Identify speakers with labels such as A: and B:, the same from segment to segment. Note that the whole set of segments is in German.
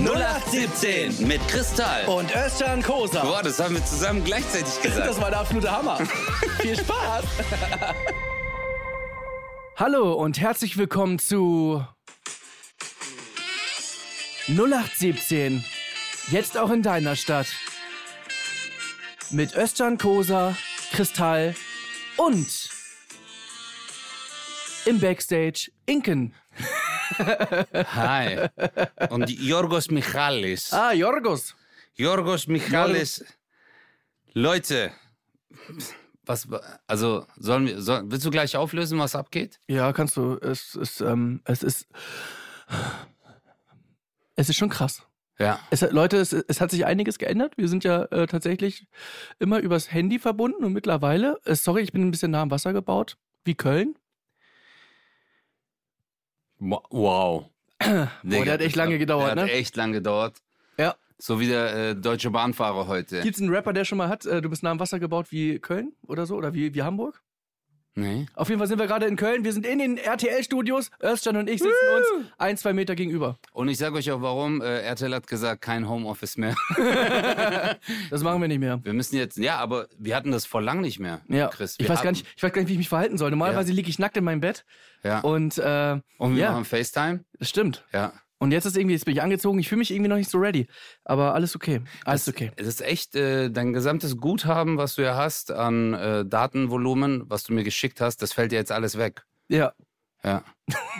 A: 0817 mit Kristall.
B: Und Özcan Kosa.
A: Boah, das haben wir zusammen gleichzeitig
B: Das
A: gesagt.
B: war der absolute Hammer. Viel Spaß. Hallo und herzlich willkommen zu 0817. Jetzt auch in deiner Stadt. Mit Özcan Kosa, Kristall und im Backstage Inken.
A: Hi. Und Jorgos Michalis.
B: Ah, Jorgos.
A: Jorgos Michalis. Leute, was, also, sollen wir, soll, willst du gleich auflösen, was abgeht?
B: Ja, kannst du. Es ist, ähm, es ist. Es ist schon krass.
A: Ja.
B: Es, hat- Leute, es, es hat sich einiges geändert. Wir sind ja äh, tatsächlich immer übers Handy verbunden und mittlerweile, äh, sorry, ich bin ein bisschen nah am Wasser gebaut, wie Köln.
A: Wow.
B: Boah, der hat echt lange gedauert,
A: hat
B: ne?
A: echt lang gedauert.
B: Ja.
A: So wie der äh, deutsche Bahnfahrer heute.
B: Gibt's einen Rapper, der schon mal hat, äh, du bist nah am Wasser gebaut wie Köln oder so oder wie, wie Hamburg?
A: Nee.
B: Auf jeden Fall sind wir gerade in Köln. Wir sind in den RTL-Studios. Özcan und ich sitzen uns ein, zwei Meter gegenüber.
A: Und ich sage euch auch warum. Äh, RTL hat gesagt, kein Homeoffice mehr.
B: Das machen wir nicht mehr.
A: Wir müssen jetzt, ja, aber wir hatten das vor lang nicht mehr,
B: Ja,
A: Chris. Wir
B: ich weiß, gar
A: hatten-
B: nicht, ich weiß gar nicht, wie ich mich verhalten soll. Normalerweise liege ich nackt in meinem Bett
A: Ja. Ah. Und,
B: und, äh,
A: wir
B: ja,
A: machen FaceTime.
B: das stimmt.
A: Ja.
B: Und jetzt ist irgendwie, jetzt bin ich angezogen, ich fühle mich irgendwie noch nicht so ready. Aber alles okay. Alles okay.
A: Es ist echt äh, dein gesamtes Guthaben, was du ja hast an äh, Datenvolumen, was du mir geschickt hast, das fällt dir jetzt alles weg.
B: Ja.
A: Ja.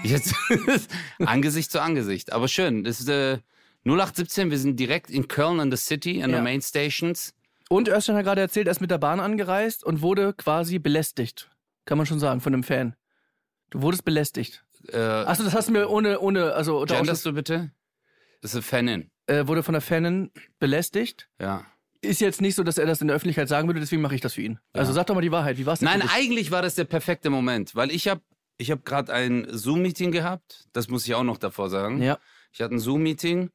A: Jetzt Angesicht zu Angesicht. Aber schön. Das ist äh, 0817, wir sind direkt in Köln in the City, in
B: Ja.
A: the Main Stations.
B: Und Özcan hat gerade erzählt, er ist mit der Bahn angereist und wurde quasi belästigt. Kann man schon sagen, von einem Fan. Du wurdest belästigt.
A: Äh,
B: Achso, das hast du mir ohne, ohne, also unter
A: genderst du bitte? Das ist eine Fanin.
B: äh, wurde von der Fanin belästigt.
A: Ja.
B: Ist jetzt nicht so, dass er das in der Öffentlichkeit sagen würde, deswegen mache ich das für ihn. Also sag doch mal die Wahrheit. Wie war's denn?
A: Nein,
B: für dich?
A: eigentlich war das der perfekte Moment, weil ich habe ich hab gerade ein Zoom-Meeting gehabt. Das muss ich auch noch davor sagen.
B: Ja.
A: Ich hatte ein Zoom-Meeting,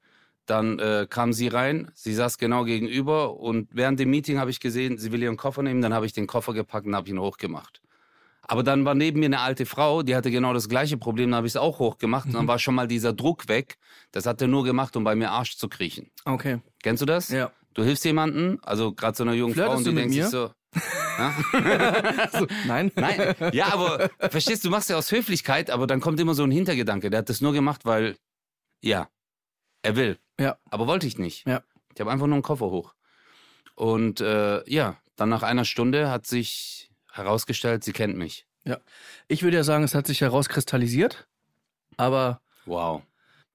A: dann äh, kam sie rein, sie saß genau gegenüber und während dem Meeting habe ich gesehen, sie will ihren Koffer nehmen, dann habe ich den Koffer gepackt und habe ihn hochgemacht. Aber dann war neben mir eine alte Frau, die hatte genau das gleiche Problem, dann habe ich es auch hochgemacht und
B: Mhm.
A: dann war schon mal dieser Druck weg. Das hat er nur gemacht, um bei mir Arsch zu kriechen.
B: Okay.
A: Kennst du das?
B: Ja.
A: Du hilfst jemanden, also gerade so einer jungen Frau
B: Flirtest
A: und
B: du
A: die
B: mit
A: denkt
B: mir?
A: sich so, Also,
B: Nein?
A: Nein, ja, aber verstehst du, du machst ja aus Höflichkeit, aber dann kommt immer so ein Hintergedanke. Der hat das nur gemacht, weil, ja, er will.
B: Ja.
A: Aber wollte ich nicht.
B: Ja.
A: Ich habe einfach nur einen Koffer hoch. Und äh, ja, dann nach einer Stunde hat sich herausgestellt, sie kennt mich.
B: Ich würde ja sagen, es hat sich herauskristallisiert. Aber
A: Wow.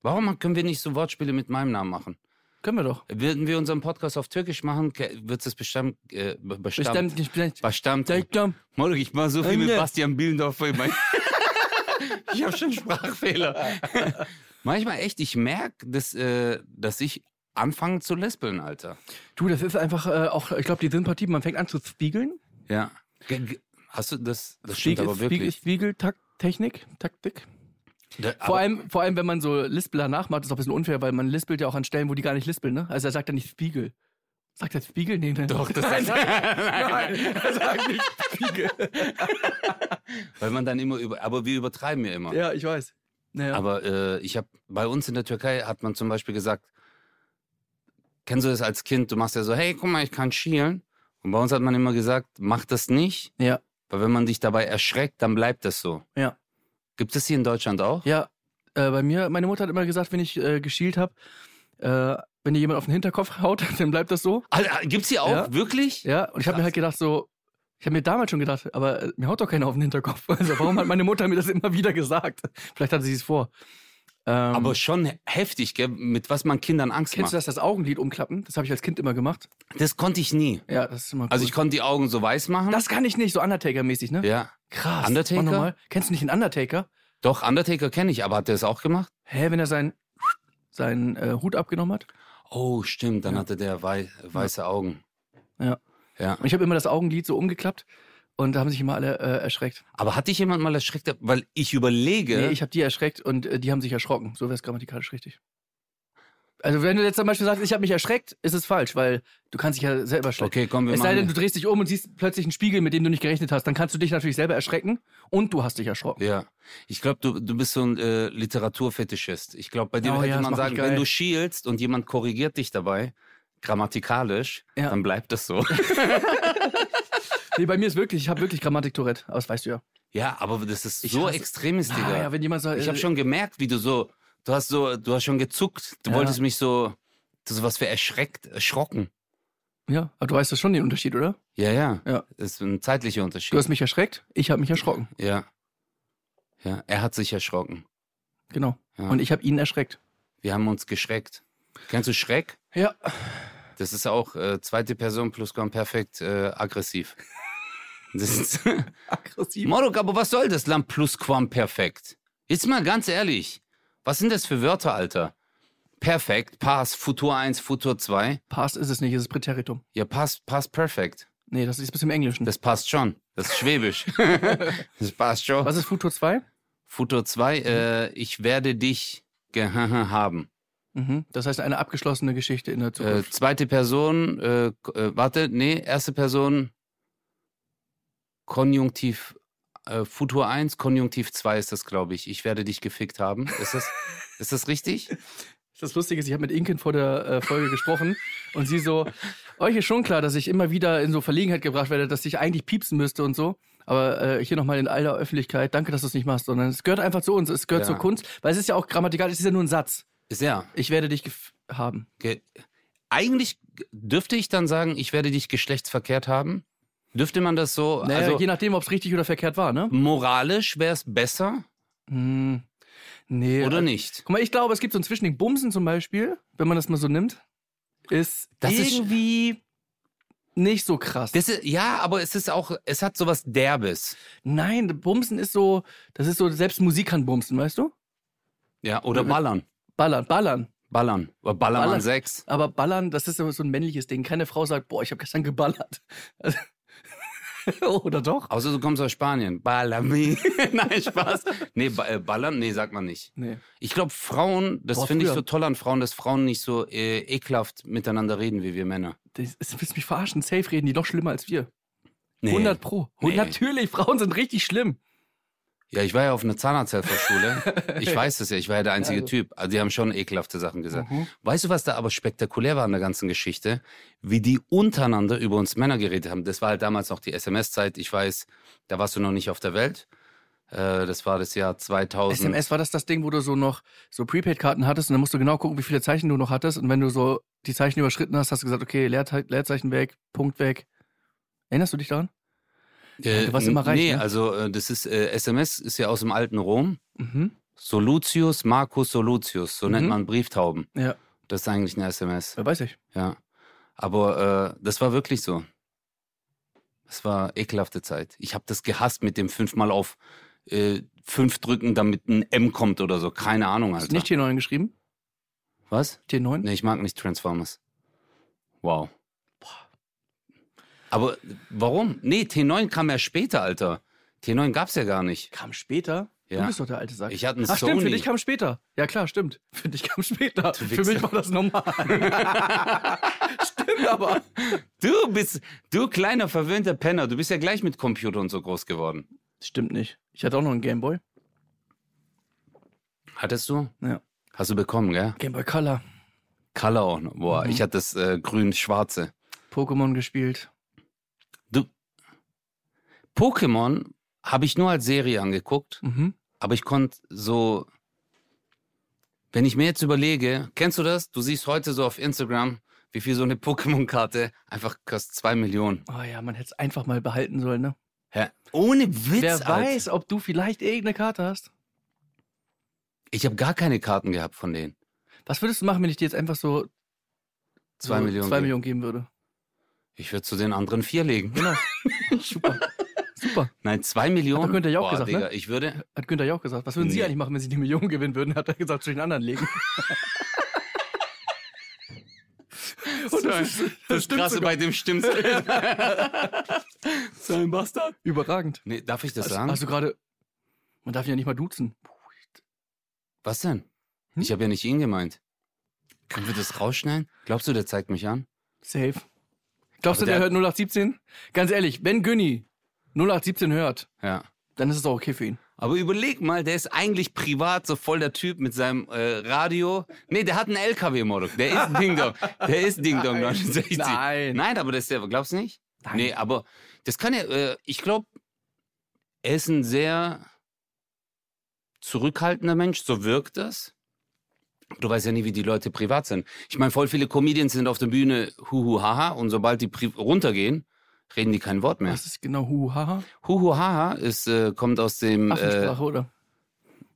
A: Warum können wir nicht so Wortspiele mit meinem Namen machen?
B: können wir doch.
A: Würden wir unseren Podcast auf Türkisch machen, wird es bestimmt, äh, be- bestimmt,
B: Bestimmt, bestimmt.
A: bestimmt,
B: Bestimmt.
A: Molo, ich mache so viel mit
B: Nee.
A: Bastian Bielendorfer. Ich, mein, ich habe schon Sprachfehler. Manchmal echt, ich merke, dass, äh, dass ich anfange zu lispeln, Alter.
B: Du, das ist einfach äh, auch, ich glaube, die Sympathie, man fängt an zu spiegeln.
A: Ja. Ge- ge- Hast du das? Das stimmt aber wirklich.
B: Spiegeltechnik, Taktik.
A: Da-
B: Vor
A: aber-
B: allem, vor allem, wenn man so Lispler nachmacht, ist auch ein bisschen unfair, weil man lispelt ja auch an Stellen, wo die gar nicht lispeln, ne? Also er sagt ja nicht Spiegel. Sagt er Spiegel? Nee, ne?
A: Doch, das
B: Nein,
A: heißt, nein,
B: nein, nein, er sagt nicht Spiegel.
A: weil man dann immer über, aber wir übertreiben ja immer.
B: Ja, ich weiß. Naja.
A: Aber äh, ich habe bei uns in der Türkei hat man zum Beispiel gesagt, kennst du das als Kind? Du machst ja so, hey, guck mal, ich kann schielen. Und bei uns hat man immer gesagt, mach das nicht,
B: ja,
A: Weil wenn man dich dabei erschreckt, dann bleibt das so.
B: Ja.
A: Gibt es hier in Deutschland auch?
B: ja. Äh, bei mir, meine Mutter hat immer gesagt, wenn ich äh, geschielt habe, äh, wenn dir jemand auf den Hinterkopf haut, dann bleibt das so.
A: Alter, äh, gibt's hier auch?
B: Ja.
A: Wirklich?
B: Ja, und ich habe mir
A: Krass.
B: halt gedacht, so, ich habe mir damals schon gedacht, aber äh, mir haut doch keiner auf den Hinterkopf. Also, warum hat meine Mutter mir das immer wieder gesagt? Vielleicht hatte sie es vor. Ähm,
A: Aber schon he- heftig, gell? mit was man Kindern Angst
B: kennst du
A: macht.
B: das, das Augenlid umklappen? Das habe ich als Kind immer gemacht.
A: Das? konnte ich nie.
B: Ja, das ist immer cool.
A: Also ich konnte die Augen so weiß machen.
B: das kann ich nicht, so Undertaker-mäßig, ne?
A: ja.
B: Krass.
A: Undertaker?
B: Warte mal, Kennst du nicht den Undertaker?
A: Doch, Undertaker kenne ich, aber hat der es auch gemacht?
B: Hä, wenn er seinen, seinen äh, Hut abgenommen hat?
A: Oh, stimmt, dann
B: Ja.
A: hatte der wei weiße Augen.
B: Ja.
A: Ja.
B: Und ich habe immer das Augenlid so umgeklappt und da haben sich immer alle äh, erschreckt.
A: Aber hat dich jemand mal erschreckt? Weil ich überlege.
B: Nee, ich habe die erschreckt und äh, die haben sich erschrocken. So wäre es grammatikalisch richtig. Also wenn du jetzt zum Beispiel sagst, ich habe mich erschreckt, ist es falsch, weil du kannst dich ja selber schrecken.
A: Okay, komm, wir
B: es sei denn, du
A: machen.
B: drehst dich um und siehst plötzlich einen Spiegel, mit dem du nicht gerechnet hast. Dann kannst du dich natürlich selber erschrecken und du hast dich erschrocken.
A: Ja. Ich glaube, du, du bist so ein äh, Literaturfetischist. Ich glaube, bei dir
B: Oh
A: hätte
B: ja, das
A: man
B: macht
A: sagen,
B: mich geil.
A: wenn du schielst und jemand korrigiert dich dabei, grammatikalisch,
B: Ja.
A: dann bleibt das so.
B: Nee, bei mir ist wirklich, ich habe wirklich Grammatik-Tourette, aber das weißt du ja.
A: ja, aber das ist
B: Ich
A: so
B: hasse-
A: extrem ist, Digga.
B: Ah, ja, wenn jemand sagt,
A: ich habe
B: äh,
A: schon gemerkt, wie du so, du hast so, du hast schon gezuckt. Du
B: Ja.
A: wolltest mich so, so was für erschreckt, erschrocken.
B: Ja, aber du weißt ja schon den Unterschied, oder?
A: Ja, ja.
B: Ja.
A: Das ist ein zeitlicher Unterschied.
B: Du hast mich erschreckt, ich habe mich erschrocken.
A: ja. Ja, er hat sich erschrocken.
B: Genau.
A: Ja.
B: Und ich habe ihn erschreckt.
A: Wir haben uns geschreckt. Kennst du Schreck?
B: Ja.
A: Das ist auch äh, zweite Person plus Perfekt äh, aggressiv. Das ist
B: Aggressiv.
A: Moruk, aber was soll das Land Perfekt? Jetzt mal ganz ehrlich, was sind das für Wörter, Alter? Perfekt, Pass, Futur 1, Futur 2.
B: Past ist es nicht, es ist Präteritum.
A: Ja, passt, passt perfekt.
B: Nee, das ist bis im Englischen.
A: Das passt schon. Das ist Schwäbisch. das passt schon.
B: Was ist Futur 2?
A: Futur 2, äh, ich werde dich ge- haben.
B: Mhm. Das heißt eine abgeschlossene Geschichte in der
A: Äh,
B: Zukunft.
A: zweite Person, äh, k- äh, warte, nee, erste Person, Konjunktiv, äh, Futur 1, Konjunktiv 2 ist das, glaube ich. Ich werde dich gefickt haben. Ist das, ist das richtig?
B: Das Lustige ist, ich habe mit Inken vor der äh, Folge gesprochen und sie so, euch ist schon klar, dass ich immer wieder in so Verlegenheit gebracht werde, dass ich eigentlich piepsen müsste und so. Aber äh, hier nochmal in aller Öffentlichkeit, danke, dass du es nicht machst, sondern es gehört einfach zu uns, es gehört
A: Ja.
B: zur Kunst, weil es ist ja auch grammatikal, es ist ja nur ein Satz.
A: Ist ja.
B: Ich werde dich gef- haben.
A: Ge Eigentlich dürfte ich dann sagen, ich werde dich geschlechtsverkehrt haben. Dürfte man das so?
B: Naja,
A: also
B: je nachdem, ob es richtig oder verkehrt war, ne?
A: moralisch wäre es besser
B: Hm, nee.
A: oder
B: äh,
A: nicht?
B: Guck mal, ich glaube, es gibt so einen zwischen den Bumsen zum Beispiel, wenn man das mal so nimmt, ist
A: Das ist-
B: irgendwie nicht so krass.
A: Das ist, ja, aber es ist auch, es hat sowas Derbes.
B: Nein, Bumsen ist so, das ist so, selbst Musik kann Bumsen, weißt du?
A: Ja, oder Ballern.
B: Ballern, ballern.
A: Ballern. Oder Ballermann
B: Ballern.
A: 6.
B: Aber ballern, das ist so so ein männliches Ding. Keine Frau sagt, boah, ich habe gestern geballert. Also- Oder doch?
A: Außer du kommst aus Spanien. Ballami. Nein, Spaß. Nee, ba äh, Ballern, nee, sagt man nicht.
B: Nee.
A: Ich glaube, Frauen, das
B: Boah,
A: finde ich
B: früher.
A: so toll an Frauen, dass Frauen nicht so äh, ekelhaft miteinander reden wie wir Männer.
B: Das, das willst du mich verarschen. Safe reden die noch schlimmer als wir.
A: Nee.
B: 100 pro. Und
A: Nee.
B: natürlich, Frauen sind richtig schlimm.
A: Ja, ich war ja auf einer Zahnarzthelferschule. ich weiß das ja, ich war ja der einzige
B: Also.
A: Typ. Also die haben schon ekelhafte Sachen gesagt.
B: Mhm.
A: Weißt du, was da aber spektakulär war an der ganzen Geschichte? Wie die untereinander über uns Männer geredet haben. Das war halt damals noch die SMS-Zeit. Ich weiß, da warst du noch nicht auf der Welt. Äh, das war das Jahr 2000.
B: SMS war das das Ding, wo du so noch so Prepaid-Karten hattest und dann musst du genau gucken, wie viele Zeichen du noch hattest. Und wenn du so die Zeichen überschritten hast, hast du gesagt, okay, Leerzei- Leerzeichen weg, Punkt weg. Erinnerst du dich daran?
A: Äh,
B: Du warst immer reich,
A: Nee,
B: ne?
A: also äh, das ist äh, SMS ist ja aus dem alten Rom.
B: Mhm.
A: Solutius Marcus Solutius, so nennt
B: Mhm.
A: man Brieftauben.
B: Ja.
A: Das ist eigentlich eine SMS.
B: Ja, Weiß ich.
A: Ja. Aber äh, das war wirklich so. Das war ekelhafte Zeit. Ich habe das gehasst mit dem fünfmal auf äh, fünf drücken, damit ein M kommt oder so. Keine Ahnung,
B: Hast
A: Alter.
B: du nicht T9 geschrieben?
A: Was?
B: T9?
A: Nee, ich mag nicht Transformers. Wow. Aber warum? Nee, T9 kam ja später, Alter. T9 gab's ja gar nicht.
B: Kam später?
A: Ja.
B: Du bist doch der alte Sack.
A: Ich hatte einen
B: Ach
A: Sony.
B: stimmt, für dich kam später. Ja klar, stimmt. Für dich kam später. Für
A: Wichser.
B: mich war das normal. stimmt aber.
A: Du bist, du kleiner verwöhnter Penner, du bist ja gleich mit Computer und so groß geworden.
B: Stimmt nicht. Ich hatte auch noch einen Gameboy.
A: Hattest du?
B: Ja.
A: Hast du bekommen, gell?
B: Gameboy Color.
A: Color auch noch. Boah,
B: Mhm.
A: ich hatte das äh, grün-schwarze.
B: Pokémon gespielt.
A: Pokémon habe ich nur als Serie angeguckt,
B: Mhm.
A: aber ich konnte so. Wenn ich mir jetzt überlege, kennst du das? Du siehst heute so auf Instagram, wie viel so eine Pokémon-Karte einfach kostet zwei Millionen.
B: Oh ja, man hätte es einfach mal behalten sollen, ne?
A: Hä? Ohne Witz.
B: Wer
A: Alter.
B: weiß, ob du vielleicht irgendeine Karte hast.
A: Ich habe gar keine Karten gehabt von denen.
B: Was würdest du machen, wenn ich dir jetzt einfach so
A: Zwei
B: so
A: Millionen
B: zwei
A: geben.
B: Millionen geben würde?
A: Ich würde zu den anderen vier legen.
B: Genau. Super. Super.
A: Nein, zwei Millionen.
B: Günther Jauch
A: Boah,
B: gesagt, ne?
A: Digga, Ich würde,
B: Hat Günther ja auch gesagt. Was würden Sie
A: Nee.
B: eigentlich machen, wenn Sie die Million gewinnen würden? Hat er gesagt, zwischen den anderen legen. Und das, ist,
A: Das,
B: stimmt
A: Krasse
B: sogar.
A: bei dem stimmt.
B: so ein Bastard. Also, Überragend.
A: nee, darf ich das
B: Hast,
A: sagen?
B: hast du gerade. Man darf ihn ja nicht mal duzen.
A: Was denn?
B: Hm?
A: Ich habe ja nicht ihn gemeint. Können wir das rausschneiden? Glaubst du, der zeigt mich an?
B: Safe. Glaubst
A: Aber
B: du, der,
A: der-
B: hört 0817? Ganz ehrlich, wenn Günni 0817 hört,
A: Ja.
B: dann ist es auch okay für ihn.
A: Aber überleg mal, der ist eigentlich privat so voll der Typ mit seinem äh, Radio. Nee, der hat einen LKW-Modok. Der ist Ding Dong. Der ist Ding Dong 69.
B: Nein.
A: um Nein, aber das ist der, glaubst du nicht?
B: Nein.
A: Nee, aber das kann ja, äh, ich glaube, er ist ein sehr zurückhaltender Mensch, so wirkt das. Du weißt ja nie, wie die Leute privat sind. Ich meine, voll viele Comedians sind auf der Bühne huhuhaha und sobald die pri- runtergehen, reden die kein Wort mehr.
B: Das ist genau Huhaha.
A: Huhuhaha ist, äh, kommt aus dem... Ähm, Äh,
B: Affensprache, oder?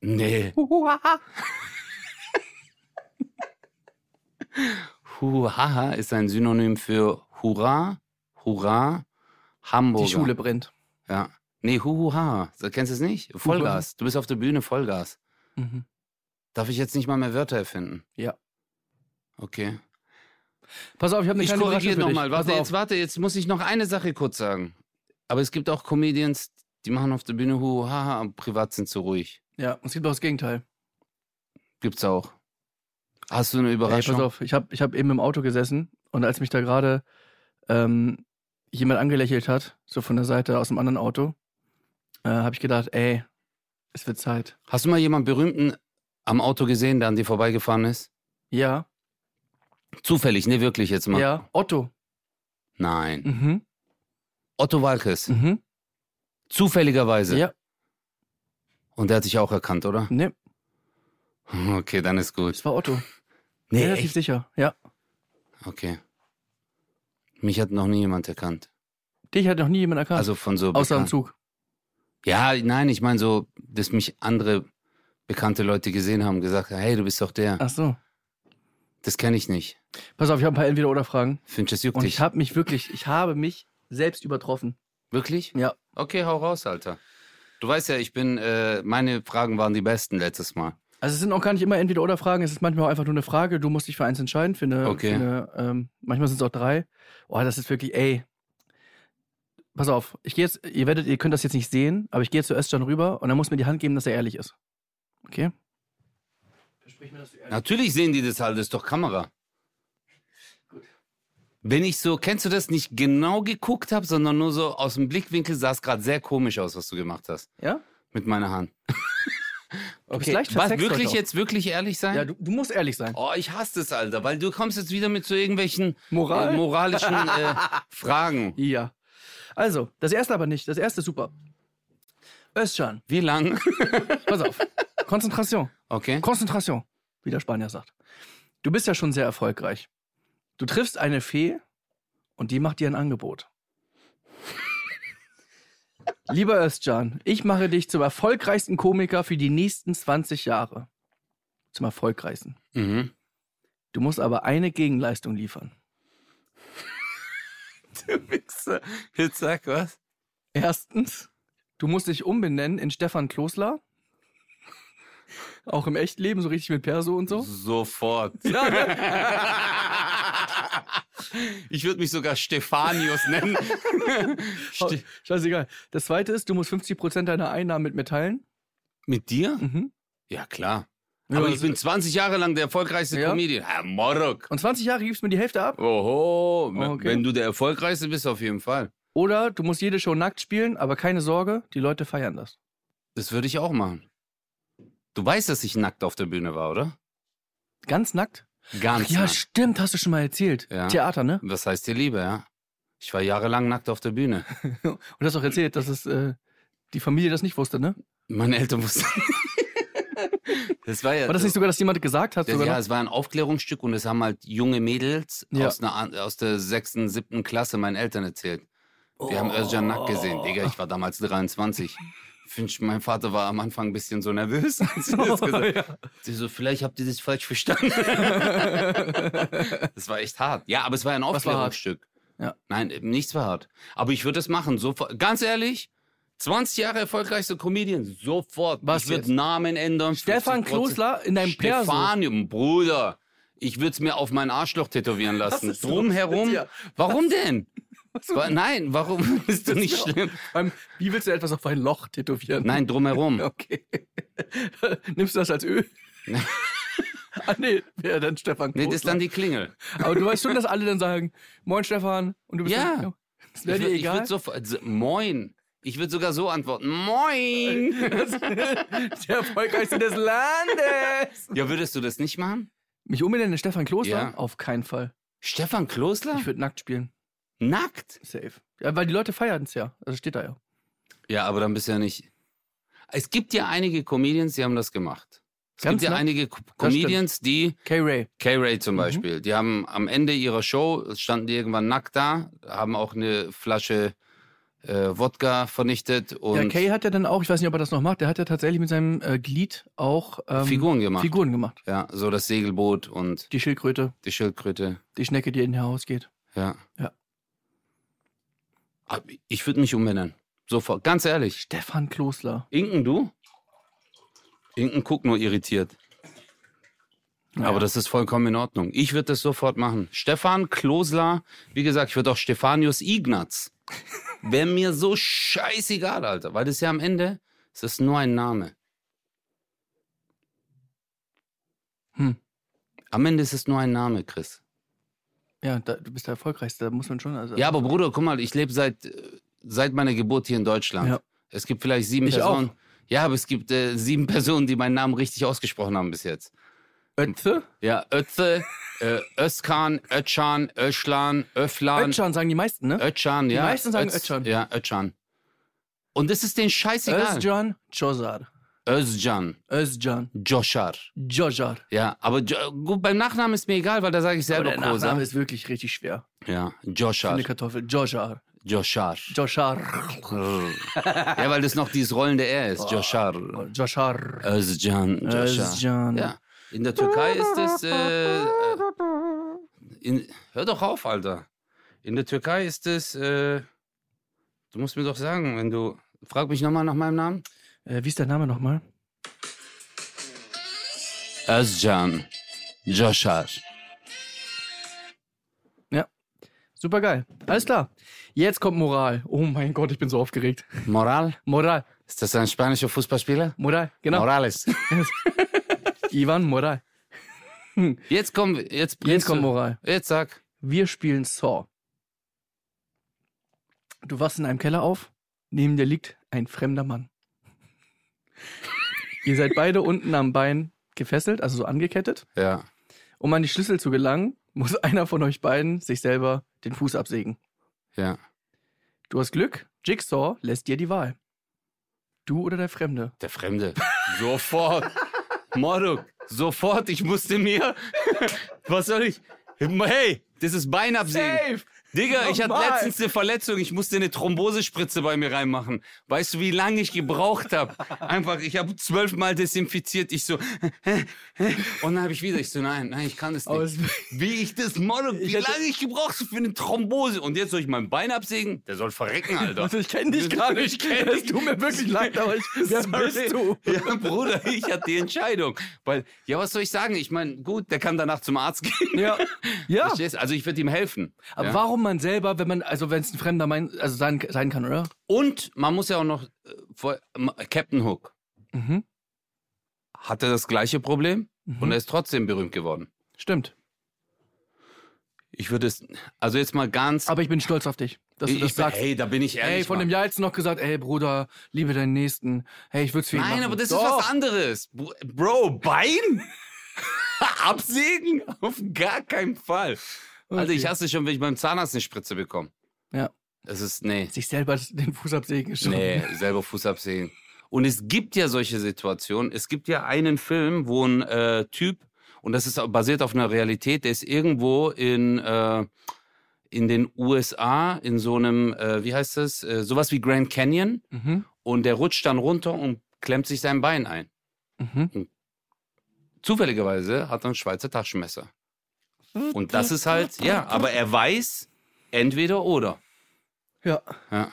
A: nee.
B: Huhaha.
A: Huhaha ist ein Synonym für Hurra, Hurra, Hamburger.
B: Die Schule brennt.
A: Ja. Nee, Huhuhaha. So, Kennst du es nicht? Vollgas. Du bist auf der Bühne Vollgas.
B: Mhm.
A: Darf ich jetzt nicht mal mehr Wörter erfinden?
B: Ja.
A: Okay.
B: Pass auf, ich habe eine
A: Ich
B: kleine Überraschung
A: korrigiere
B: für dich.
A: nochmal.
B: Pass
A: Warte,
B: auf.
A: jetzt warte, jetzt muss ich noch eine Sache kurz sagen. Aber es gibt auch Comedians, die machen auf der Bühne Huhuhaha und privat sind zu ruhig.
B: Ja, es gibt auch das Gegenteil.
A: Gibt's auch. Hast du eine
B: Ey, pass
A: Überraschung?
B: auf, ich habe ich hab eben im Auto gesessen und als mich da gerade ähm, jemand angelächelt hat, so von der Seite aus dem anderen Auto, äh, habe ich gedacht, ey, es wird Zeit.
A: Hast du mal jemanden Berühmten am Auto gesehen, der an dir vorbeigefahren ist?
B: Ja,
A: Zufällig, ne, wirklich jetzt mal.
B: ja, Otto.
A: Nein.
B: Mhm,
A: Otto Walkes.
B: mhm.
A: Zufälligerweise.
B: Ja,
A: Und der hat dich auch erkannt, oder?
B: ne,
A: Okay, dann ist gut.
B: es war Otto.
A: Nee,
B: Relativ
A: echt?
B: sicher, ja.
A: Okay. Mich hat noch nie jemand erkannt.
B: Dich hat noch nie jemand erkannt,
A: Also von so
B: außer im
A: Bekannten.
B: Zug.
A: Ja, nein, ich meine so, dass mich andere bekannte Leute gesehen haben, gesagt haben, hey, du bist doch der.
B: Ach so.
A: Das kenne ich nicht.
B: Pass auf, ich habe ein paar Entweder-Oder-Fragen.
A: Finch, das juckt
B: Und ich
A: dich.
B: habe mich wirklich, ich habe mich selbst übertroffen.
A: Wirklich?
B: Ja.
A: Okay, hau raus, Alter. Du weißt ja, ich bin, äh, meine Fragen waren die besten letztes Mal.
B: Also es sind auch gar nicht immer entweder oder Fragen, es ist manchmal auch einfach nur eine Frage, du musst dich für eins entscheiden, für eine,
A: Okay.
B: für eine ähm, manchmal sind es auch drei. Oh, das ist wirklich, ey. Pass auf, ich gehe jetzt, ihr werdet, ihr könnt das jetzt nicht sehen, aber ich gehe jetzt zu Özcan rüber und er muss mir die Hand geben, dass er ehrlich ist. Okay? Versprich mir, dass du ehrlich
A: Natürlich sehen die das halt, das ist doch Kamera. Wenn ich so, kennst du das, nicht genau geguckt habe, sondern nur so aus dem Blickwinkel sah es gerade sehr komisch aus, was du gemacht hast.
B: bist. Ja?
A: Mit meiner Hand.
B: bist leicht
A: Was,
B: versext
A: wirklich
B: heute auch.
A: jetzt, wirklich ehrlich sein?
B: Ja, du, du musst ehrlich sein.
A: oh, ich hasse das, Alter, weil du kommst jetzt wieder mit so irgendwelchen
B: Moral?
A: äh, moralischen äh, Fragen.
B: Ja. Also, das erste aber nicht, das erste ist super. Özcan,
A: Wie lang?
B: pass auf. Konzentration.
A: Okay.
B: Konzentration, wie der Spanier sagt. Du bist ja schon sehr erfolgreich. Du triffst eine Fee und die macht dir ein Angebot. Lieber Özcan, ich mache dich zum erfolgreichsten Komiker für die nächsten 20 Jahre. Zum erfolgreichsten.
A: Mhm.
B: Du musst aber eine Gegenleistung liefern.
A: Du Wichser. Jetzt sag was.
B: Erstens, du musst dich umbenennen in Stefan Klosler. Auch im Echtleben, so richtig mit Perso und so.
A: Sofort. ich würde mich sogar Stefanius nennen. Ste
B: Scheißegal. Das zweite ist, du musst 50% deiner Einnahmen mit mir teilen.
A: Mit dir?
B: Mhm.
A: Ja, klar.
B: Ja,
A: Aber ich
B: das-
A: bin 20 Jahre lang der erfolgreichste
B: Ja?
A: Comedian. Herr Morok.
B: Und 20 Jahre gibst du mir die Hälfte ab.
A: Oho,
B: Okay.
A: wenn du der erfolgreichste bist, auf jeden Fall.
B: Oder du musst jede Show nackt spielen, aber keine Sorge, die Leute feiern das.
A: Das würde ich auch machen. Du weißt, dass ich nackt auf der Bühne war, oder?
B: Ganz nackt?
A: Ganz
B: Ja,
A: nackt.
B: stimmt, hast du schon mal erzählt.
A: Ja.
B: Theater, ne?
A: Das heißt dir Liebe, ja? Ich war jahrelang nackt auf der Bühne.
B: Und du hast auch erzählt, dass es äh, die Familie das nicht wusste, ne?
A: Meine Eltern wussten. das war ja.
B: War das nicht sogar, dass jemand gesagt hat?
A: Das, Also ja,
B: Sogar noch?
A: es war ein Aufklärungsstück und es haben halt junge Mädels
B: Ja.
A: aus, einer, an- aus der sechsten, siebten Klasse meinen Eltern erzählt. Wir haben
B: Oh.
A: Özcan nackt gesehen. Digga, ich war damals 23. Finch, mein Vater war am Anfang ein bisschen so nervös, als sie das gesagt
B: ja.
A: Sie so, vielleicht habt ihr das falsch verstanden. das war echt hart. Ja, aber es war ein
B: Was war hart?
A: Aufklärungsstück.
B: Ja.
A: Nein, eben nichts war hart. Aber ich würde das machen. Sofort. Ganz ehrlich, 20 Jahre erfolgreichste Comedian, sofort.
B: Was
A: ich würde
B: jetzt?
A: Namen ändern.
B: Stefan
A: 50%.
B: Klosler in deinem Perso.
A: Stefanium, Bruder. Ich würde es mir auf mein Arschloch tätowieren lassen.
B: ist los mit
A: Drumherum.
B: dir?
A: Warum denn? Wa- Nein, warum bist du nicht
B: ist mir
A: schlimm?
B: Ähm, Wie willst du etwas auf ein Loch tätowieren?
A: Nein, drumherum.
B: Okay. Nimmst du das als Öl? Ah, nee, wer dann Stefan
A: Nee, das ist dann die Klingel.
B: Aber du weißt schon, dass alle dann sagen, moin Stefan. Und du bist
A: Ja.
B: dann, das
A: Ich
B: wäre dir
A: würd- ich
B: egal.
A: würde sofort. so- Moin. Ich würde sogar so antworten. Moin.
B: der erfolgreichste des Landes.
A: Ja, würdest du das nicht machen?
B: Mich umbenennen in Stefan Kloster?
A: Ja.
B: Auf keinen Fall.
A: Stefan Klosler?
B: Ich würde nackt spielen.
A: Nackt?
B: Safe. Ja, weil die Leute feiern es ja. Also steht da ja.
A: Ja, aber dann bist du ja nicht. Es gibt ja einige Comedians, die haben das gemacht. Es
B: Ganz
A: gibt ja
B: nackt?
A: einige Co- Comedians, die,
B: K-Ray.
A: K-Ray zum
B: Mhm.
A: Beispiel, die haben am Ende ihrer Show, standen die irgendwann nackt da, haben auch eine Flasche äh, Wodka vernichtet und
B: Ja, Kay hat ja dann auch, ich weiß nicht, ob er das noch macht, der hat ja tatsächlich mit seinem äh, Glied auch ähm,
A: Figuren gemacht.
B: Figuren gemacht.
A: Ja, so das Segelboot und
B: Die Schildkröte,
A: die Schildkröte.
B: die Schnecke, die in ihr Haus geht.
A: Ja.
B: Ja.
A: Aber Ich würde mich umbenennen. Sofort. Ganz ehrlich.
B: Stefan Klosler.
A: Inken, du? Inken guckt nur irritiert.
B: Naja.
A: Aber das ist vollkommen in Ordnung. Ich würde das sofort machen. Stefan Klosler, wie gesagt, ich würde auch Stefanius Ignaz. Wäre mir so scheißegal, Alter. Weil das ist ja am Ende, es ist nur ein Name.
B: Hm.
A: Am Ende ist es nur ein Name, Chris.
B: Ja, da, du bist der Erfolgreichste, da muss man schon. Also,
A: Ja, aber Bruder, guck mal, ich lebe seit, äh, seit meiner Geburt hier in Deutschland.
B: Ja.
A: Es gibt vielleicht sieben
B: Ich
A: Personen. Ja, aber es gibt äh, sieben Personen, die meinen Namen richtig ausgesprochen haben bis jetzt.
B: Ötze?
A: Ja, Ötze, äh, Özkan, Ötschan, Öschlan, Öflan,
B: Ötschan sagen die meisten, ne?
A: Ötschan, ja.
B: meisten sagen
A: Öz-
B: Ötschan.
A: Ja, Ötschan. Und das ist denen scheißegal.
B: Özcan Chozar.
A: Özcan,
B: Özcan
A: Joshar.
B: Jojar.
A: Ja, aber jo gut, beim Nachnamen ist mir egal, weil da sage ich
B: Aber
A: selber
B: der
A: Kosa.
B: Nachname ist wirklich richtig schwer.
A: Ja,
B: Für
A: Joshar,
B: eine Kartoffel. Jojar.
A: Joshar.
B: Joshar.
A: ja, weil das noch dieses rollende R ist, Joshar.
B: Joshar.
A: Özcan, Joshua.
B: Özcan.
A: Ja. In der Türkei ist es. Äh, in, hör doch auf, Alter. In der Türkei ist es. Äh, du musst mir doch sagen, wenn du. Frag mich nochmal nach meinem Namen.
B: Äh, wie ist der Name nochmal?
A: Özcan, Joshar.
B: Super geil. Alles klar. Jetzt kommt Moral. Oh mein Gott, ich bin so aufgeregt.
A: Moral?
B: Moral.
A: Ist das ein spanischer Fußballspieler?
B: Moral, genau.
A: Morales.
B: Ivan Moral.
A: Jetzt komm, jetzt
B: Jetzt
A: bringst
B: kommt
A: du,
B: Moral.
A: Jetzt sag.
B: Wir spielen Saw. Du wachst in einem Keller auf, neben dir liegt ein fremder Mann. Ihr seid beide unten am Bein gefesselt, also so angekettet.
A: Ja.
B: Um an die Schlüssel zu gelangen, muss einer von euch beiden sich selber den Fuß absägen.
A: Ja.
B: Du hast Glück, Jigsaw lässt dir die Wahl. Du oder der Fremde.
A: Der Fremde. Sofort. Moruk, sofort. Ich musste mir. Was soll ich? Hey, das ist Beinabsägen. Digga, ich hatte
B: Nochmal.
A: letztens eine Verletzung. Ich musste eine Thrombosespritze bei mir reinmachen. Weißt du, wie lange ich gebraucht habe? Einfach, ich habe zwölfmal desinfiziert. Ich so. Und dann habe ich wieder. Ich so, nein, nein, ich kann das
B: Aber es-
A: nicht. Wie ich das Moruk, wie lange ich gebraucht habe für eine Thrombose. Und jetzt soll ich mein Bein absägen? Der soll verrecken, Alter.
B: Also ich kenne dich
A: Das-
B: gar nicht.
A: ich kenn
B: Es
A: dich.
B: tut mir wirklich leid, aber ich, wer bist du?
A: Ja, Bruder, ich hatte die Entscheidung. Weil, ja, was soll ich sagen? Ich meine, gut, der kann danach zum Arzt gehen.
B: Ja. Ja.
A: Verstehst? Also ich würde ihm helfen.
B: Aber
A: ja.
B: warum man selber, wenn man, also wenn es ein Fremder mein, also sein, sein kann, oder?
A: Und man muss ja auch noch, äh, vor, ähm, Captain Hook
B: Mhm.
A: hatte das gleiche Problem und er ist trotzdem berühmt geworden.
B: Stimmt.
A: Ich würde es, also jetzt mal ganz,
B: Aber ich bin stolz auf dich, dass
A: ich,
B: du das
A: ich,
B: sagst.
A: hey, da bin ich ehrlich.
B: Ey, von
A: Mann.
B: dem Jahr jetzt noch gesagt, ey Bruder, liebe deinen Nächsten. Hey, ich würd's für ihn machen.
A: Nein, aber das ist
B: Doch.
A: was anderes. Bro- Bro, Bein? Absägen? Auf gar keinen Fall. Also ich
B: Okay.
A: hasse schon, wenn ich beim Zahnarzt eine Spritze bekomme.
B: Ja.
A: Das ist, nee,
B: Sich selber den Fuß absägen ist schon.
A: nee, selber Fuß absägen. Und es gibt ja solche Situationen. Es gibt ja einen Film, wo ein äh, Typ, und das ist auch basiert auf einer Realität, der ist irgendwo in, äh, in den USA, in so einem, äh, wie heißt das, äh, sowas wie Grand Canyon.
B: Mhm.
A: Und der rutscht dann runter und klemmt sich sein Bein ein.
B: Mhm.
A: Zufälligerweise hat er ein Schweizer Taschenmesser. Und das ist halt, ja, aber er weiß, entweder oder.
B: Ja.
A: Ja.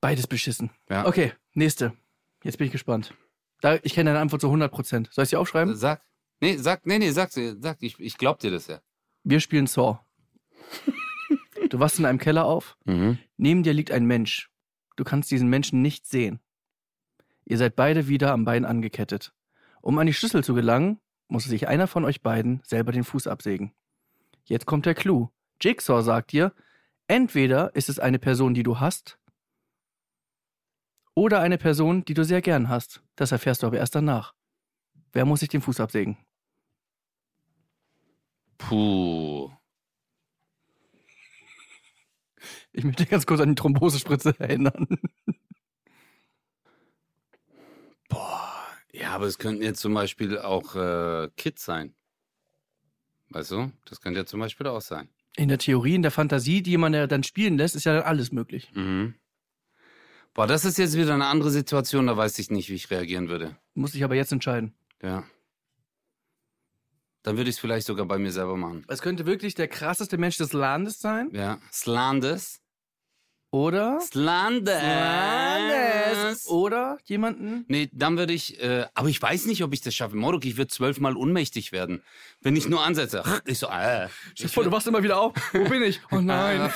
B: Beides beschissen.
A: Ja.
B: Okay, nächste. Jetzt bin ich gespannt. Da, ich kenne deine Antwort zu 100 Prozent. Soll ich sie aufschreiben?
A: Sag. Nee, sag, nee, nee, sag, sag, ich, ich glaub dir das ja.
B: Wir spielen Saw. du wachst in einem Keller auf.
A: Mhm.
B: Neben dir liegt ein Mensch. Du kannst diesen Menschen nicht sehen. Ihr seid beide wieder am Bein angekettet. Um an die Schlüssel zu gelangen, muss sich einer von euch beiden selber den Fuß absägen. Jetzt kommt der Clou. Jigsaw sagt dir, entweder ist es eine Person, die du hast, oder eine Person, die du sehr gern hast. Das erfährst du aber erst danach. Wer muss sich den Fuß absägen?
A: Puh.
B: Ich möchte ganz kurz an die Thrombosespritze erinnern.
A: Boah. Ja, aber es könnten jetzt zum Beispiel auch äh, Kids sein. Weißt du? Das könnte ja zum Beispiel auch sein.
B: In der Theorie, in der Fantasie, die man ja dann spielen lässt, ist ja dann alles möglich.
A: Mhm. Boah, das ist jetzt wieder eine andere Situation, da weiß ich nicht, wie ich reagieren würde.
B: Muss ich aber jetzt entscheiden.
A: Ja. Dann würde ich es vielleicht sogar bei mir selber machen.
B: Es könnte wirklich der krasseste Mensch des Landes sein.
A: Ja. Slandes.
B: Oder?
A: Slandes. Oh.
B: Oder jemanden?
A: Nee, dann würde ich, äh, aber ich weiß nicht, ob ich das schaffe. Moruk, ich würde zwölfmal ohnmächtig werden. Wenn ich nur ansetze. Ich so, äh.
B: Stell dir vor, du wachst immer wieder auf. Wo bin ich? Oh nein.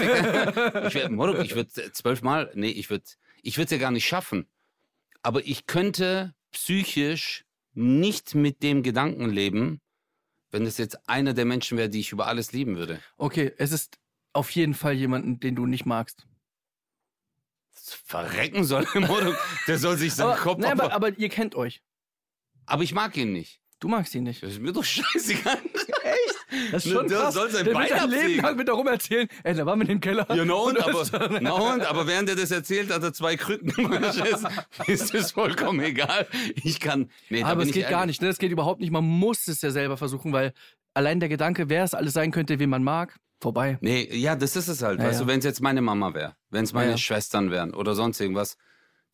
A: Ich wär, Moruk, ich würde zwölfmal, nee, ich würde ich würde es ja gar nicht schaffen. Aber ich könnte psychisch nicht mit dem Gedanken leben, wenn es jetzt einer der Menschen wäre, die ich über alles lieben würde.
B: Okay, es ist auf jeden Fall jemanden, den du nicht magst.
A: Das verrecken soll im Motto. Der soll sich seinen
B: Aber,
A: Kopf
B: nee,
A: aber,
B: aber, aber ihr kennt euch.
A: aber ich mag ihn nicht.
B: Du magst ihn nicht.
A: Das ist mir doch scheißegal.
B: Das ist
A: Ne,
B: schon
A: der
B: krass.
A: soll sein
B: der
A: Bein
B: wird sein Leben
A: absägen.
B: lang mit darum erzählen, ey, da war mit dem Keller.
A: Ja, na und,
B: das-
A: aber, na und, aber während er das erzählt, hat er zwei Krücken im Anschluss. Ist es vollkommen egal. Ich kann. Nee, da
B: aber
A: bin
B: es
A: ich
B: geht gar
A: ehrlich.
B: nicht, ne? Es geht überhaupt nicht. Man muss es ja selber versuchen, weil allein der Gedanke, wer es alles sein könnte, wen man mag, vorbei.
A: Nee, ja, das ist es halt.
B: Ja,
A: weißt
B: ja.
A: du, wenn es jetzt meine Mama wäre, wenn es meine
B: Ja, ja.
A: Schwestern wären oder sonst irgendwas,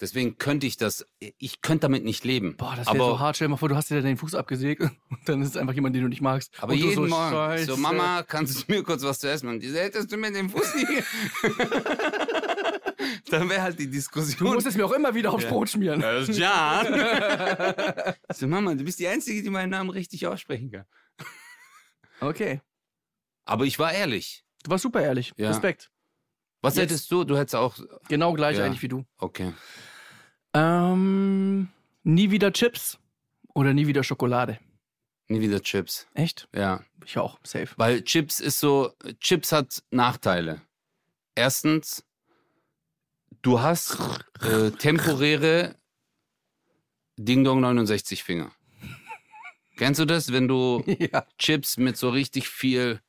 A: deswegen könnte ich das, ich könnte damit nicht leben.
B: Boah, das wäre
A: aber,
B: so hart. Stell dir mal vor, du hast dir deinen Fuß abgesägt und dann ist es einfach jemand, den du nicht magst.
A: Aber
B: und du
A: jeden
B: so,
A: Morgen,
B: Scheiße.
A: so Mama, kannst du mir kurz was zu essen? Und diese, hättest du mir den Fuß nie. Dann wäre halt die
B: Du
A: Diskussion.
B: musst es mir auch immer wieder aufs Brot schmieren.
A: Das ist Jan. so Mama, du bist die Einzige, die meinen Namen richtig aussprechen kann.
B: Okay.
A: Aber ich war ehrlich.
B: Du warst super ehrlich.
A: Ja.
B: Respekt.
A: Was
B: Jetzt-
A: hättest du? Du hättest auch.
B: Genau gleich
A: Ja.
B: eigentlich wie du.
A: Okay.
B: Ähm, nie wieder Chips oder nie wieder Schokolade.
A: Nie wieder Chips.
B: Echt?
A: Ja.
B: Ich auch. Safe.
A: Weil Chips ist so, Chips hat Nachteile. Erstens, du hast äh, temporäre Ding Dong 69 Finger. Kennst du das, wenn du
B: Ja.
A: Chips mit so richtig viel,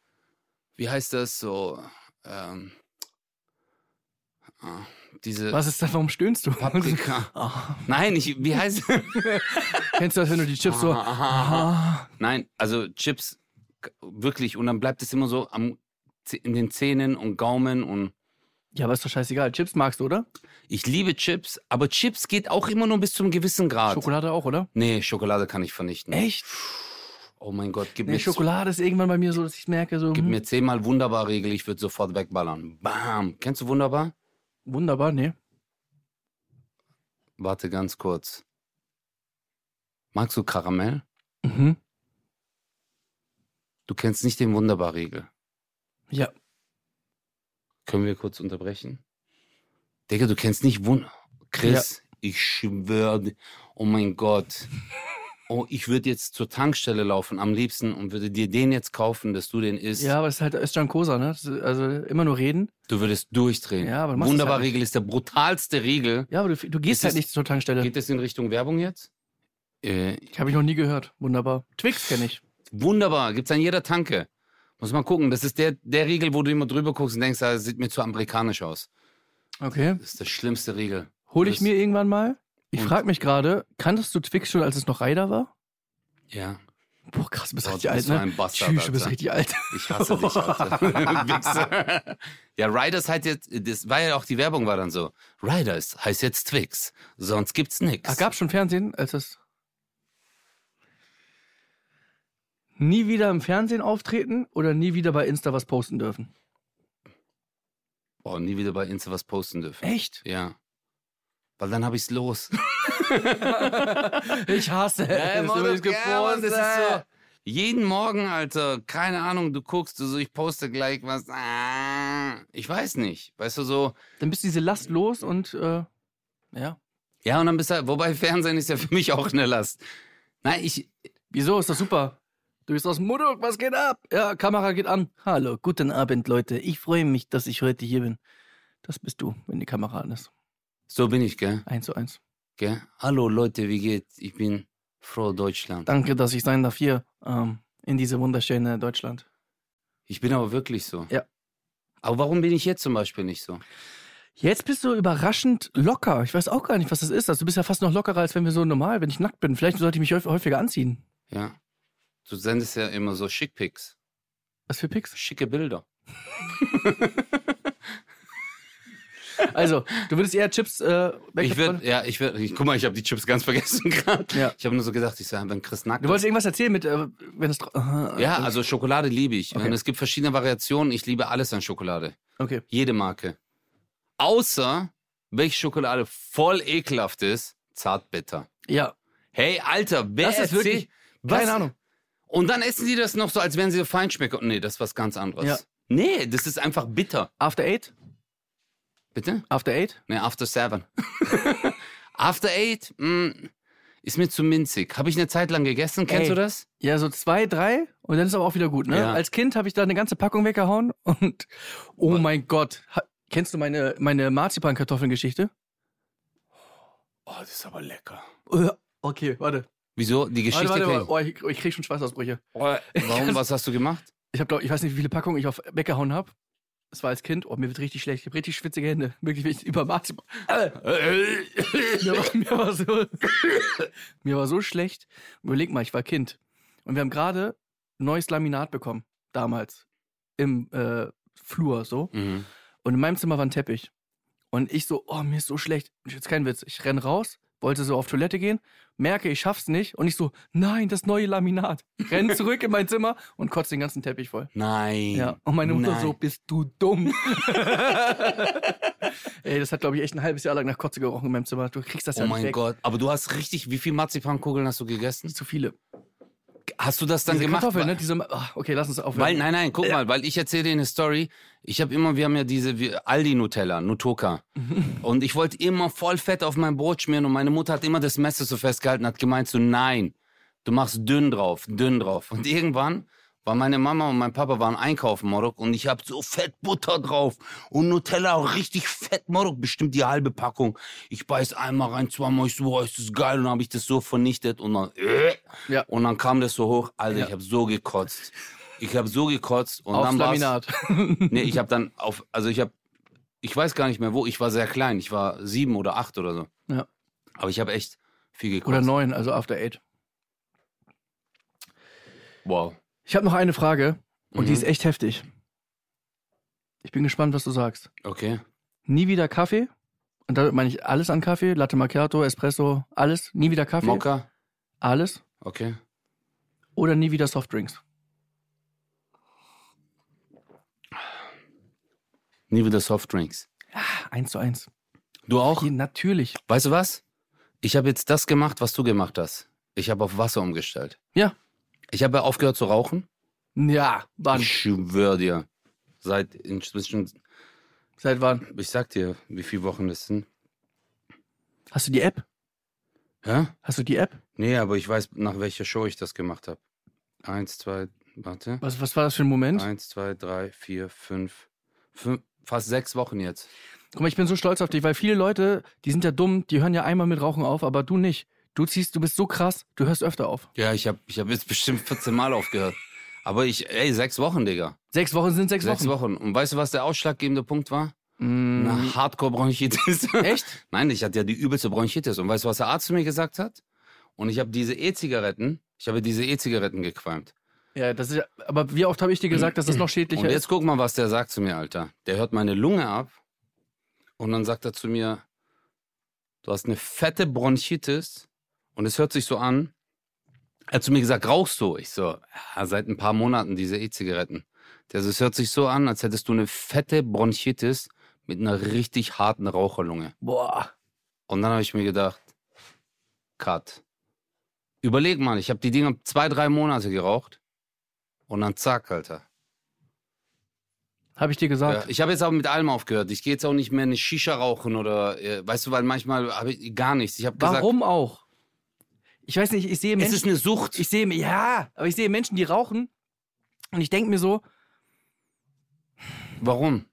A: wie heißt das, so, ähm, ah, diese
B: Was ist da? Warum stöhnst du?
A: Paprika.
B: Ah.
A: Nein, ich, wie heißt
B: Kennst du das, wenn du die Chips so.
A: Aha, aha, aha.
B: Ah.
A: Nein, also Chips k- wirklich und dann bleibt es immer so am Ze- in den Zähnen und Gaumen und
B: Ja, aber ist doch scheißegal. Chips magst du, oder?
A: ich liebe Chips, aber Chips geht auch immer nur bis zu einem gewissen Grad.
B: Schokolade auch, oder?
A: Nee, Schokolade kann ich vernichten.
B: Echt?
A: Oh mein Gott, gib
B: Nee,
A: mir z-
B: Schokolade ist irgendwann bei mir so, dass ich merke, so.
A: gib
B: hm,
A: mir zehnmal wunderbar Regel, ich würde sofort wegballern. Bam. Kennst du wunderbar?
B: Wunderbar, nee.
A: Warte ganz kurz. Magst du Karamell?
B: Mhm.
A: Du kennst nicht den wunderbar Regel.
B: Ja.
A: Können wir kurz unterbrechen? Digga, du kennst nicht Wunder. Chris, ich schwöre, oh mein Gott. Oh, ich würde jetzt zur Tankstelle laufen am liebsten und würde dir den jetzt kaufen, dass du den isst.
B: Ja, aber es ist halt Özcan Kosa, ne? Das ist, Also immer nur reden.
A: Du würdest durchdrehen.
B: Ja, aber du machst
A: Wunderbar
B: es halt nicht.
A: Riegel ist der brutalste Riegel.
B: Ja, aber du, du
A: Ist
B: gehst halt
A: es-
B: nicht zur Tankstelle.
A: Geht es in Richtung Werbung jetzt? Äh,
B: Habe ich noch nie gehört. Wunderbar. Twix kenne ich.
A: wunderbar, gibt's an jeder Tanke. Muss mal gucken, das ist der, der Riegel, wo du immer drüber guckst und denkst, ah, das sieht mir zu amerikanisch aus.
B: Okay.
A: Das ist der schlimmste Riegel.
B: Hol ich
A: Das-
B: mir irgendwann mal. Ich
A: Und-
B: frage mich gerade, kanntest du Twix schon, als es noch Reider war?
A: Ja.
B: Boah, krass, du bist
A: Boah,
B: richtig
A: du
B: alt,
A: bist so
B: ne?
A: ein Bastard,
B: Tschüss, du bist
A: Alter.
B: richtig alt.
A: Ich hasse dich, Alter. Wichser. Ja, Riders halt jetzt, das war ja auch die Werbung war dann so. Riders heißt jetzt Twix, sonst gibt's nix.
B: Ach, gab schon Fernsehen, als das. Nie wieder im Fernsehen auftreten oder nie wieder bei Insta was posten dürfen.
A: Boah, nie wieder bei Insta was posten dürfen.
B: Echt?
A: Ja. Weil dann hab ich's los.
B: Ich hasse
A: Ja,
B: es.
A: Mann,
B: Du bist
A: ja, Mann, das ist so.
B: gepostet.
A: Jeden Morgen, Alter, keine Ahnung, du guckst, du so, ich poste gleich was. Ah, Ich weiß nicht. Weißt du, so.
B: Dann bist du diese Last los und äh, ja.
A: Ja, und dann bist du halt, wobei Fernsehen ist ja für mich auch eine Last. Nein, ich,
B: Wieso? Ist doch super. Du bist aus Mudok, was geht ab? Ja, Kamera geht an. Hallo, guten Abend, Leute. Ich freue mich, dass ich heute hier bin. Das bist du, wenn die Kamera an ist.
A: So bin ich, gell?
B: Eins zu eins.
A: gell? Hallo Leute, wie geht's? Ich bin froh Deutschland.
B: Danke, dass ich sein darf hier ähm, in diese wunderschöne Deutschland.
A: Ich bin aber wirklich so.
B: Ja.
A: Aber warum bin ich jetzt zum Beispiel nicht so?
B: Jetzt bist du überraschend locker. Ich weiß auch gar nicht, was das ist. Also, du bist ja fast noch lockerer, als wenn wir so normal, wenn ich nackt bin. Vielleicht sollte ich mich häuf- häufiger anziehen.
A: Ja. Du sendest ja immer so Schickpics,
B: Was für Pics?
A: schicke Bilder.
B: Also, du würdest eher Chips äh,
A: ich würde, ja, ich würde, ich, guck mal, ich habe die Chips ganz vergessen gerade.
B: Ja.
A: Ich habe nur so gedacht, ich sage, wenn Chris nackt
B: Du wolltest irgendwas erzählen mit, äh, wenn es. dra- Aha,
A: Ja,
B: äh,
A: also Schokolade liebe ich.
B: Okay.
A: Und es gibt verschiedene Variationen. Ich liebe alles an Schokolade.
B: Okay.
A: Jede Marke. Außer, welche Schokolade voll ekelhaft ist, Zartbitter.
B: Ja.
A: Hey, Alter, wer
B: Das ist
A: erzählt-
B: wirklich-
A: Was?
B: Keine Ahnung. Und
A: Und dann essen die das noch so, als wären sie Feinschmecker. Nee, das ist was ganz anderes.
B: Ja.
A: Nee, das ist einfach bitter.
B: After Eight?
A: Bitte?
B: After Eight?
A: Nee, After Seven. After Eight mm, ist mir zu minzig. Habe ich eine Zeit lang gegessen. Kennst
B: Ey.
A: du das?
B: Ja, so zwei, drei und dann ist aber auch wieder gut, ne?
A: Ja.
B: Als Kind habe ich da eine ganze Packung weggehauen und oh mein Gott, ha, kennst du meine, meine Marzipankartoffeln-Geschichte?
A: Oh, das ist aber lecker.
B: Äh, Okay, warte.
A: Wieso? Die Geschichte
B: warte,
A: kenn
B: warte,
A: ich. Oh, äh,
B: warte. Oh, ich, ich krieg schon Schweißausbrüche.
A: Warum? Was hast du gemacht?
B: Ich habe, ich weiß nicht, wie viele Packungen ich auf weggehauen habe. Es war als Kind. Oh, mir wird richtig schlecht. Ich habe richtig schwitzige Hände. Wirklich, wirklich über Marzipan. Äh, mir, war, mir, war so, mir war so schlecht. Überleg mal, ich war Kind. Und wir haben gerade neues Laminat bekommen. Damals. Im äh, Flur so.
A: Mhm.
B: Und in meinem Zimmer war ein Teppich. Und ich so, oh, mir ist so schlecht. Und Jetzt kein Witz. Ich renn raus, wollte so auf Toilette gehen, merke, ich schaff's nicht. Und ich so, nein, das neue Laminat. Renn zurück in mein Zimmer und kotze den ganzen Teppich voll.
A: Nein.
B: Ja. Und meine Mutter
A: Nein. Oh
B: so, bist du dumm. Ey, das hat, glaube ich, echt ein halbes Jahr lang nach Kotze gerochen in meinem Zimmer. Du kriegst das ja
A: Oh
B: nicht
A: mein
B: weg.
A: Gott. Aber du hast richtig, wie viel Marzipankugeln hast du gegessen?
B: Zu viele.
A: Hast du das dann
B: Diese
A: gemacht?
B: Kartoffeln, ne? Diese, ach, okay, lass uns aufhören.
A: Weil, nein, nein, guck mal, weil ich erzähle dir eine Story. Ich habe immer, wir haben ja diese wir- Aldi-Nutella, Nutoka. und ich wollte immer voll Fett auf mein Brot schmieren und meine Mutter hat immer das Messer so festgehalten, hat gemeint so, nein, du machst dünn drauf, dünn drauf. Und irgendwann war meine Mama und mein Papa waren einkaufen, Morok, und ich habe so fett Butter drauf und Nutella auch richtig fett, Morok, bestimmt die halbe Packung. Ich beiß einmal rein, zweimal, ich so, boah, ist das geil, und dann habe ich das so vernichtet und dann, äh,
B: Ja.
A: und dann kam das so hoch, Alter,
B: Ja.
A: ich habe so gekotzt. Ich habe so gekotzt und
B: Aufs
A: dann war's-
B: Laminat.
A: Nee, ich habe dann auf, also ich habe, ich weiß gar nicht mehr wo, ich war sehr klein, ich war sieben oder acht oder so.
B: Ja.
A: Aber ich habe echt viel gekotzt.
B: Oder neun, also After Eight.
A: Wow.
B: Ich habe noch eine Frage und die
A: Mhm.
B: ist echt heftig. Ich bin gespannt, was du sagst.
A: Okay.
B: Nie wieder Kaffee. Und damit meine ich alles an Kaffee. Latte Macchiato, Espresso, alles. Nie wieder Kaffee.
A: Mokka?
B: Alles.
A: Okay.
B: Oder nie wieder Softdrinks.
A: Nie wieder Softdrinks.
B: Eins zu eins.
A: Du auch?
B: Hier, natürlich.
A: Weißt du was? Ich habe jetzt das gemacht, was du gemacht hast. Ich habe auf Wasser umgestellt.
B: Ja.
A: Ich habe ja aufgehört zu rauchen.
B: Ja, wann?
A: Ich schwöre dir. Seit inzwischen,
B: Seit wann?
A: ich sag dir, wie viele Wochen das sind.
B: Hast du die App?
A: Hä?
B: Hast du die App?
A: Nee, aber ich weiß, nach welcher Show ich das gemacht habe. Eins, zwei, warte.
B: Was, was war das für ein Moment?
A: Eins, zwei, drei, vier, fünf, fünf, fast sechs Wochen jetzt.
B: Guck mal, ich bin so stolz auf dich, weil viele Leute, die sind ja dumm, die hören ja einmal mit Rauchen auf, aber du nicht. Du ziehst, du bist so krass, du hörst öfter auf.
A: Ja, ich habe ich hab jetzt bestimmt 14 Mal aufgehört. Aber ich, ey, sechs Wochen, Digga.
B: Sechs Wochen sind sechs,
A: Sechs
B: Wochen.
A: Wochen. Und weißt du, was der ausschlaggebende Punkt war?
B: Mm,
A: Eine Hardcore-Bronchitis.
B: echt?
A: Nein, ich hatte ja die übelste Bronchitis. Und weißt du, was der Arzt zu mir gesagt hat? Und ich habe diese E-Zigaretten, ich habe diese E-Zigaretten gequalmt.
B: Ja, das ist ja, aber wie oft habe ich dir gesagt, dass das noch schädlicher
A: Und
B: ist?
A: jetzt guck mal, was der sagt zu mir, Alter. Der hört meine Lunge ab und dann sagt er zu mir, du hast eine fette Bronchitis und es hört sich so an. Er hat zu mir gesagt, rauchst du? Ich so, ja, seit ein paar Monaten diese E-Zigaretten. Der so, es hört sich so an, als hättest du eine fette Bronchitis mit einer richtig harten Raucherlunge.
B: Boah.
A: Und dann habe ich mir gedacht, Cut. Überleg mal, ich habe die Dinger zwei, drei Monate geraucht und dann zack, Alter.
B: Habe ich dir
A: Ja,
B: gesagt.
A: ich habe jetzt auch mit allem aufgehört. Ich gehe jetzt auch nicht mehr eine Shisha rauchen oder, äh, weißt du, weil manchmal habe ich gar nichts. Ich habe gesagt,
B: Warum auch? Ich weiß nicht, ich sehe
A: Es ist
B: Menschen.
A: eine Sucht.
B: Ich sehe, ja, aber ich sehe Menschen, die rauchen. Und ich denke mir so,
A: Warum?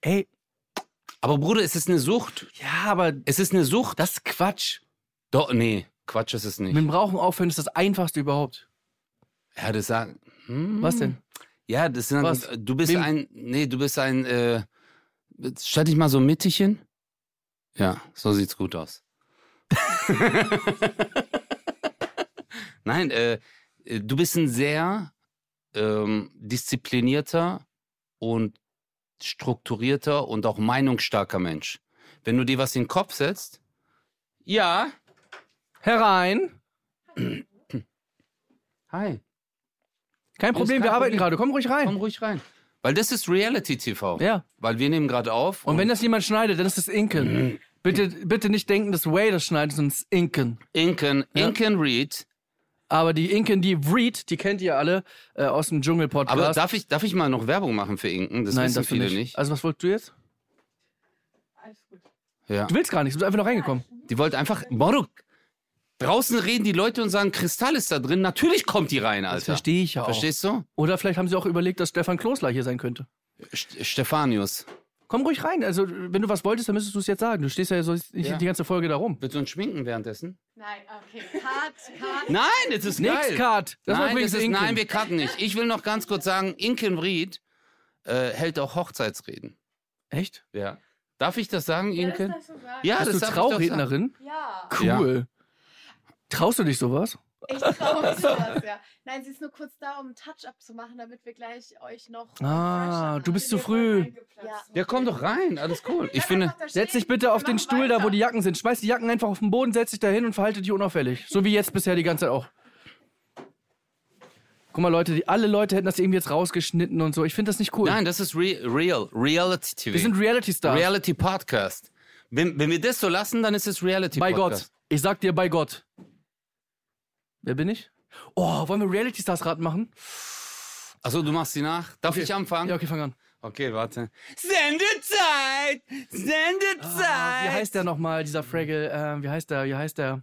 B: ey,
A: Aber Bruder, es ist eine Sucht.
B: ja, aber
A: Es ist eine Sucht.
B: das ist Quatsch.
A: Doch, nee, Quatsch ist es nicht.
B: Mit dem Rauchen aufhören ist das einfachste überhaupt.
A: ja, das sagen. Hm.
B: Was denn?
A: Ja, das sind, äh,
B: Was?
A: du bist
B: Wem-
A: ein, nee, du bist ein, äh, stell dich mal so mittig hin. Ja, so sieht's gut aus. Nein, äh, äh, du bist ein sehr ähm, disziplinierter und strukturierter und auch meinungsstarker Mensch. Wenn du dir was in den Kopf setzt, ja,
B: Herein.
A: hi,
B: Kein
A: Ist
B: Problem,
A: kein
B: wir arbeiten
A: Problem.
B: gerade. Komm ruhig rein.
A: komm ruhig rein. Weil das ist Reality TV.
B: Ja.
A: Weil wir nehmen gerade auf.
B: Und wenn das jemand schneidet, dann ist das Inken.
A: Mhm.
B: Bitte, bitte nicht denken, dass Way das schneidet, sondern es ist Inken.
A: Inken,
B: Ja.
A: Inken Reed
B: Aber die Inken, die Breed, die kennt ihr alle äh, aus dem Dschungel-Podcast.
A: Aber darf ich, darf ich mal noch Werbung machen für Inken? Das
B: Nein,
A: wissen
B: darfst du
A: viele nicht.
B: Also was wolltest du jetzt?
A: Ja.
B: Du willst gar nicht, du bist einfach noch reingekommen.
A: Die wollte einfach. Moruk, draußen reden die Leute und sagen, Kristall ist da drin. Natürlich kommt die rein, Alter.
B: Das verstehe ich ja auch.
A: Verstehst du?
B: Oder vielleicht haben sie auch überlegt, dass Stefan Klosler hier sein könnte.
A: St- Stefanius.
B: Komm ruhig rein. Also, wenn du was wolltest, dann müsstest du es jetzt sagen. Du stehst ja so nicht
A: Ja.
B: die ganze Folge da rum.
A: Willst du uns schminken währenddessen?
C: Nein, okay. Cut, cut.
A: Nein, es ist
B: Nix,
A: geil.
B: Card.
A: nein,
B: übrigens
A: das ist,
B: Inken.
A: nein, wir cutten nicht. Ich will noch ganz kurz sagen, Inken Reed äh, hält auch Hochzeitsreden.
B: Echt?
A: Ja. Darf ich das sagen,
C: Ja, das
A: Inken?
C: darfst du sagen.
A: Ja,
B: Bist du
A: darf ich doch sagen.
B: Traurednerin?
C: Ja,
A: Ja.
B: Cool. Traust du dich sowas?
C: ich traue mich sowas, ja. Nein, sie ist nur kurz da, um einen Touch-Up zu machen, damit wir gleich euch noch.
B: Ah, du bist zu früh.
C: Ja.
A: Ja, komm doch rein, alles cool. Ich finde,
B: Setz dich bitte auf den Stuhl da, wo die Jacken sind. Schmeiß die Jacken einfach auf den Boden, setz dich da hin und verhalte dich unauffällig. So wie jetzt bisher die ganze Zeit auch. Guck mal, Leute, die, alle Leute hätten das irgendwie jetzt rausgeschnitten und so. Ich finde das nicht cool.
A: nein, das ist re real, Reality TV.
B: Wir sind Reality-Stars.
A: Reality Podcast. Wenn, wenn wir das so lassen, dann ist es Reality
B: bei Gott.
A: Podcast.
B: Ich sag dir bei Gott. Wer bin ich? Oh, wollen wir Reality-Stars-Rat machen?
A: Gott. Also du machst sie nach. Darf ich anfangen?
B: Ja, okay, fang an.
A: Okay, warte. Sendezeit! Sendezeit!
B: Ah, wie heißt der nochmal, dieser Fraggle? Ähm, wie heißt der? Wie heißt der?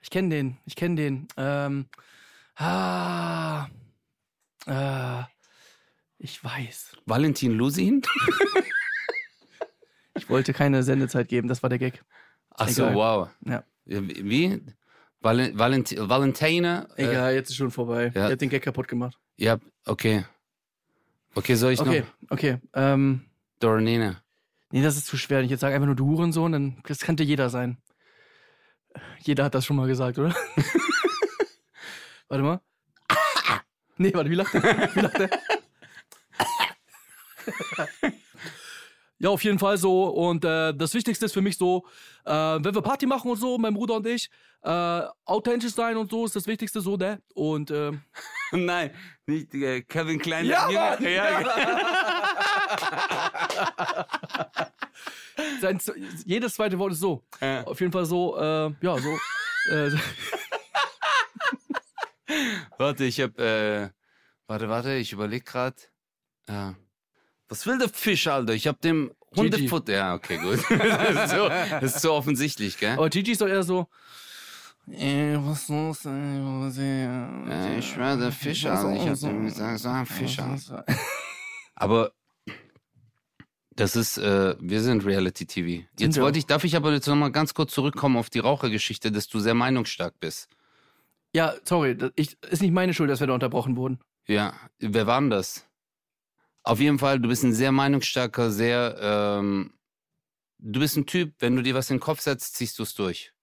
B: Ich kenne den. Ich kenne den. Ähm, ah, äh, ich weiß.
A: Valentin Lusin?
B: Ich wollte keine Sendezeit geben, das war der Gag.
A: Achso,
B: Egal.
A: wow. Äh,
B: Ja.
A: Wie? Valen Valent Valentine? Äh,
B: Egal, jetzt ist schon vorbei.
A: ja.
B: Ihr habt den Gag kaputt gemacht.
A: ja, okay. Okay, soll ich
B: Okay,
A: noch?
B: okay. Ähm,
A: Dornene.
B: nee, das ist zu schwer. Wenn Ich jetzt sage einfach nur du Hurensohn, dann das könnte jeder sein. Jeder hat das schon mal gesagt, oder? warte mal. Nee, warte, wie lacht er? Wie lacht er? Ja, auf jeden Fall so. Und äh, das Wichtigste ist für mich so, äh, wenn wir Party machen und so, mein Bruder und ich, äh, authentisch sein und so ist das Wichtigste so, ne? Und ähm,
A: Nein, nicht äh, Kevin Klein.
B: Ja,
A: Ja,
B: Mann! sein, jedes zweite Wort ist so.
A: ja.
B: Auf jeden Fall so, äh, ja, so. äh,
A: Warte, ich hab. Äh, warte, warte, ich überleg grad. Äh, was will der Fisch, Alter? Ich hab dem
B: Gigi.
A: Hundefutter. Ja, okay, gut. das, ist so, das ist so offensichtlich, gell?
B: aber Gigi ist doch eher so. Ey, was los, ey, was
A: Äh,
B: ey,
A: ich schwör, der Fisch,
B: was
A: Alter. Ich hab
B: los,
A: dem
B: ey?
A: gesagt, so ein Fisch, Alter.
B: Was los, ey?
A: Aber das ist, äh, wir sind Reality TV. Jetzt
B: wir
A: wollte
B: auch.
A: ich, darf ich aber jetzt nochmal ganz kurz zurückkommen auf die Rauchergeschichte, dass du sehr meinungsstark bist.
B: Ja, sorry, das, ich, ist nicht meine Schuld, dass wir da unterbrochen wurden.
A: Ja, wer war denn das? Auf jeden Fall, du bist ein sehr meinungsstarker, sehr. Ähm, du bist ein Typ, wenn du dir was in den Kopf setzt, ziehst du es durch.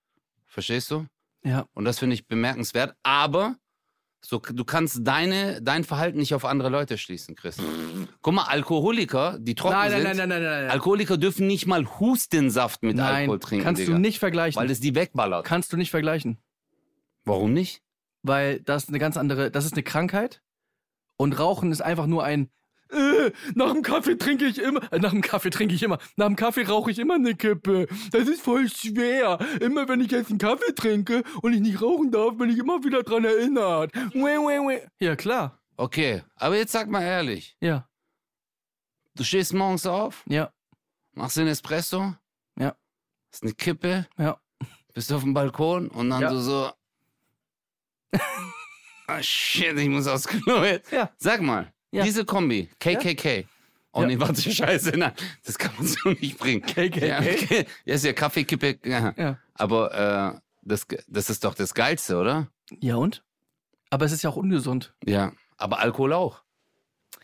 A: Verstehst du?
B: Ja.
A: Und das finde ich bemerkenswert. Aber so, du kannst deine, dein Verhalten nicht auf andere Leute schließen, Chris. Guck mal, Alkoholiker, die trocken
B: Nein, nein,
A: sind,
B: nein, nein, nein, nein. nein.
A: Alkoholiker dürfen nicht mal Hustensaft mit
B: Nein,
A: Alkohol trinken.
B: kannst
A: Digga,
B: du nicht vergleichen.
A: Weil es die wegballert.
B: kannst du nicht vergleichen.
A: Warum nicht?
B: Weil das eine ganz andere, das ist eine Krankheit und Rauchen ist einfach nur ein äh, nach dem Kaffee trinke ich immer, äh, nach dem Kaffee trinke ich immer, nach dem Kaffee rauche ich immer eine Kippe. Das ist voll schwer. Immer wenn ich jetzt einen Kaffee trinke und ich nicht rauchen darf, bin ich immer wieder dran erinnert. Weh, weh, weh. Ja, klar.
A: Okay, aber jetzt sag mal ehrlich.
B: Ja,
A: Du stehst morgens auf,
B: ja,
A: machst den Espresso.
B: Ja.
A: Hast eine Kippe,
B: ja.
A: bist auf dem Balkon und dann
B: Ja.
A: so so, Ah, shit, ich muss aufs Klo jetzt.
B: Ja.
A: Sag mal,
B: Ja.
A: diese Kombi, KKK. Oh
B: Ja.
A: nee, warte, scheiße, nein, das kann man so nicht bringen.
B: KKK?
A: Ja, okay. ja ist ja Kaffeekippe. Ja.
B: Ja.
A: Aber äh, das, das ist doch das Geilste, oder?
B: Ja und? Aber es ist ja auch ungesund.
A: Ja. Aber Alkohol auch.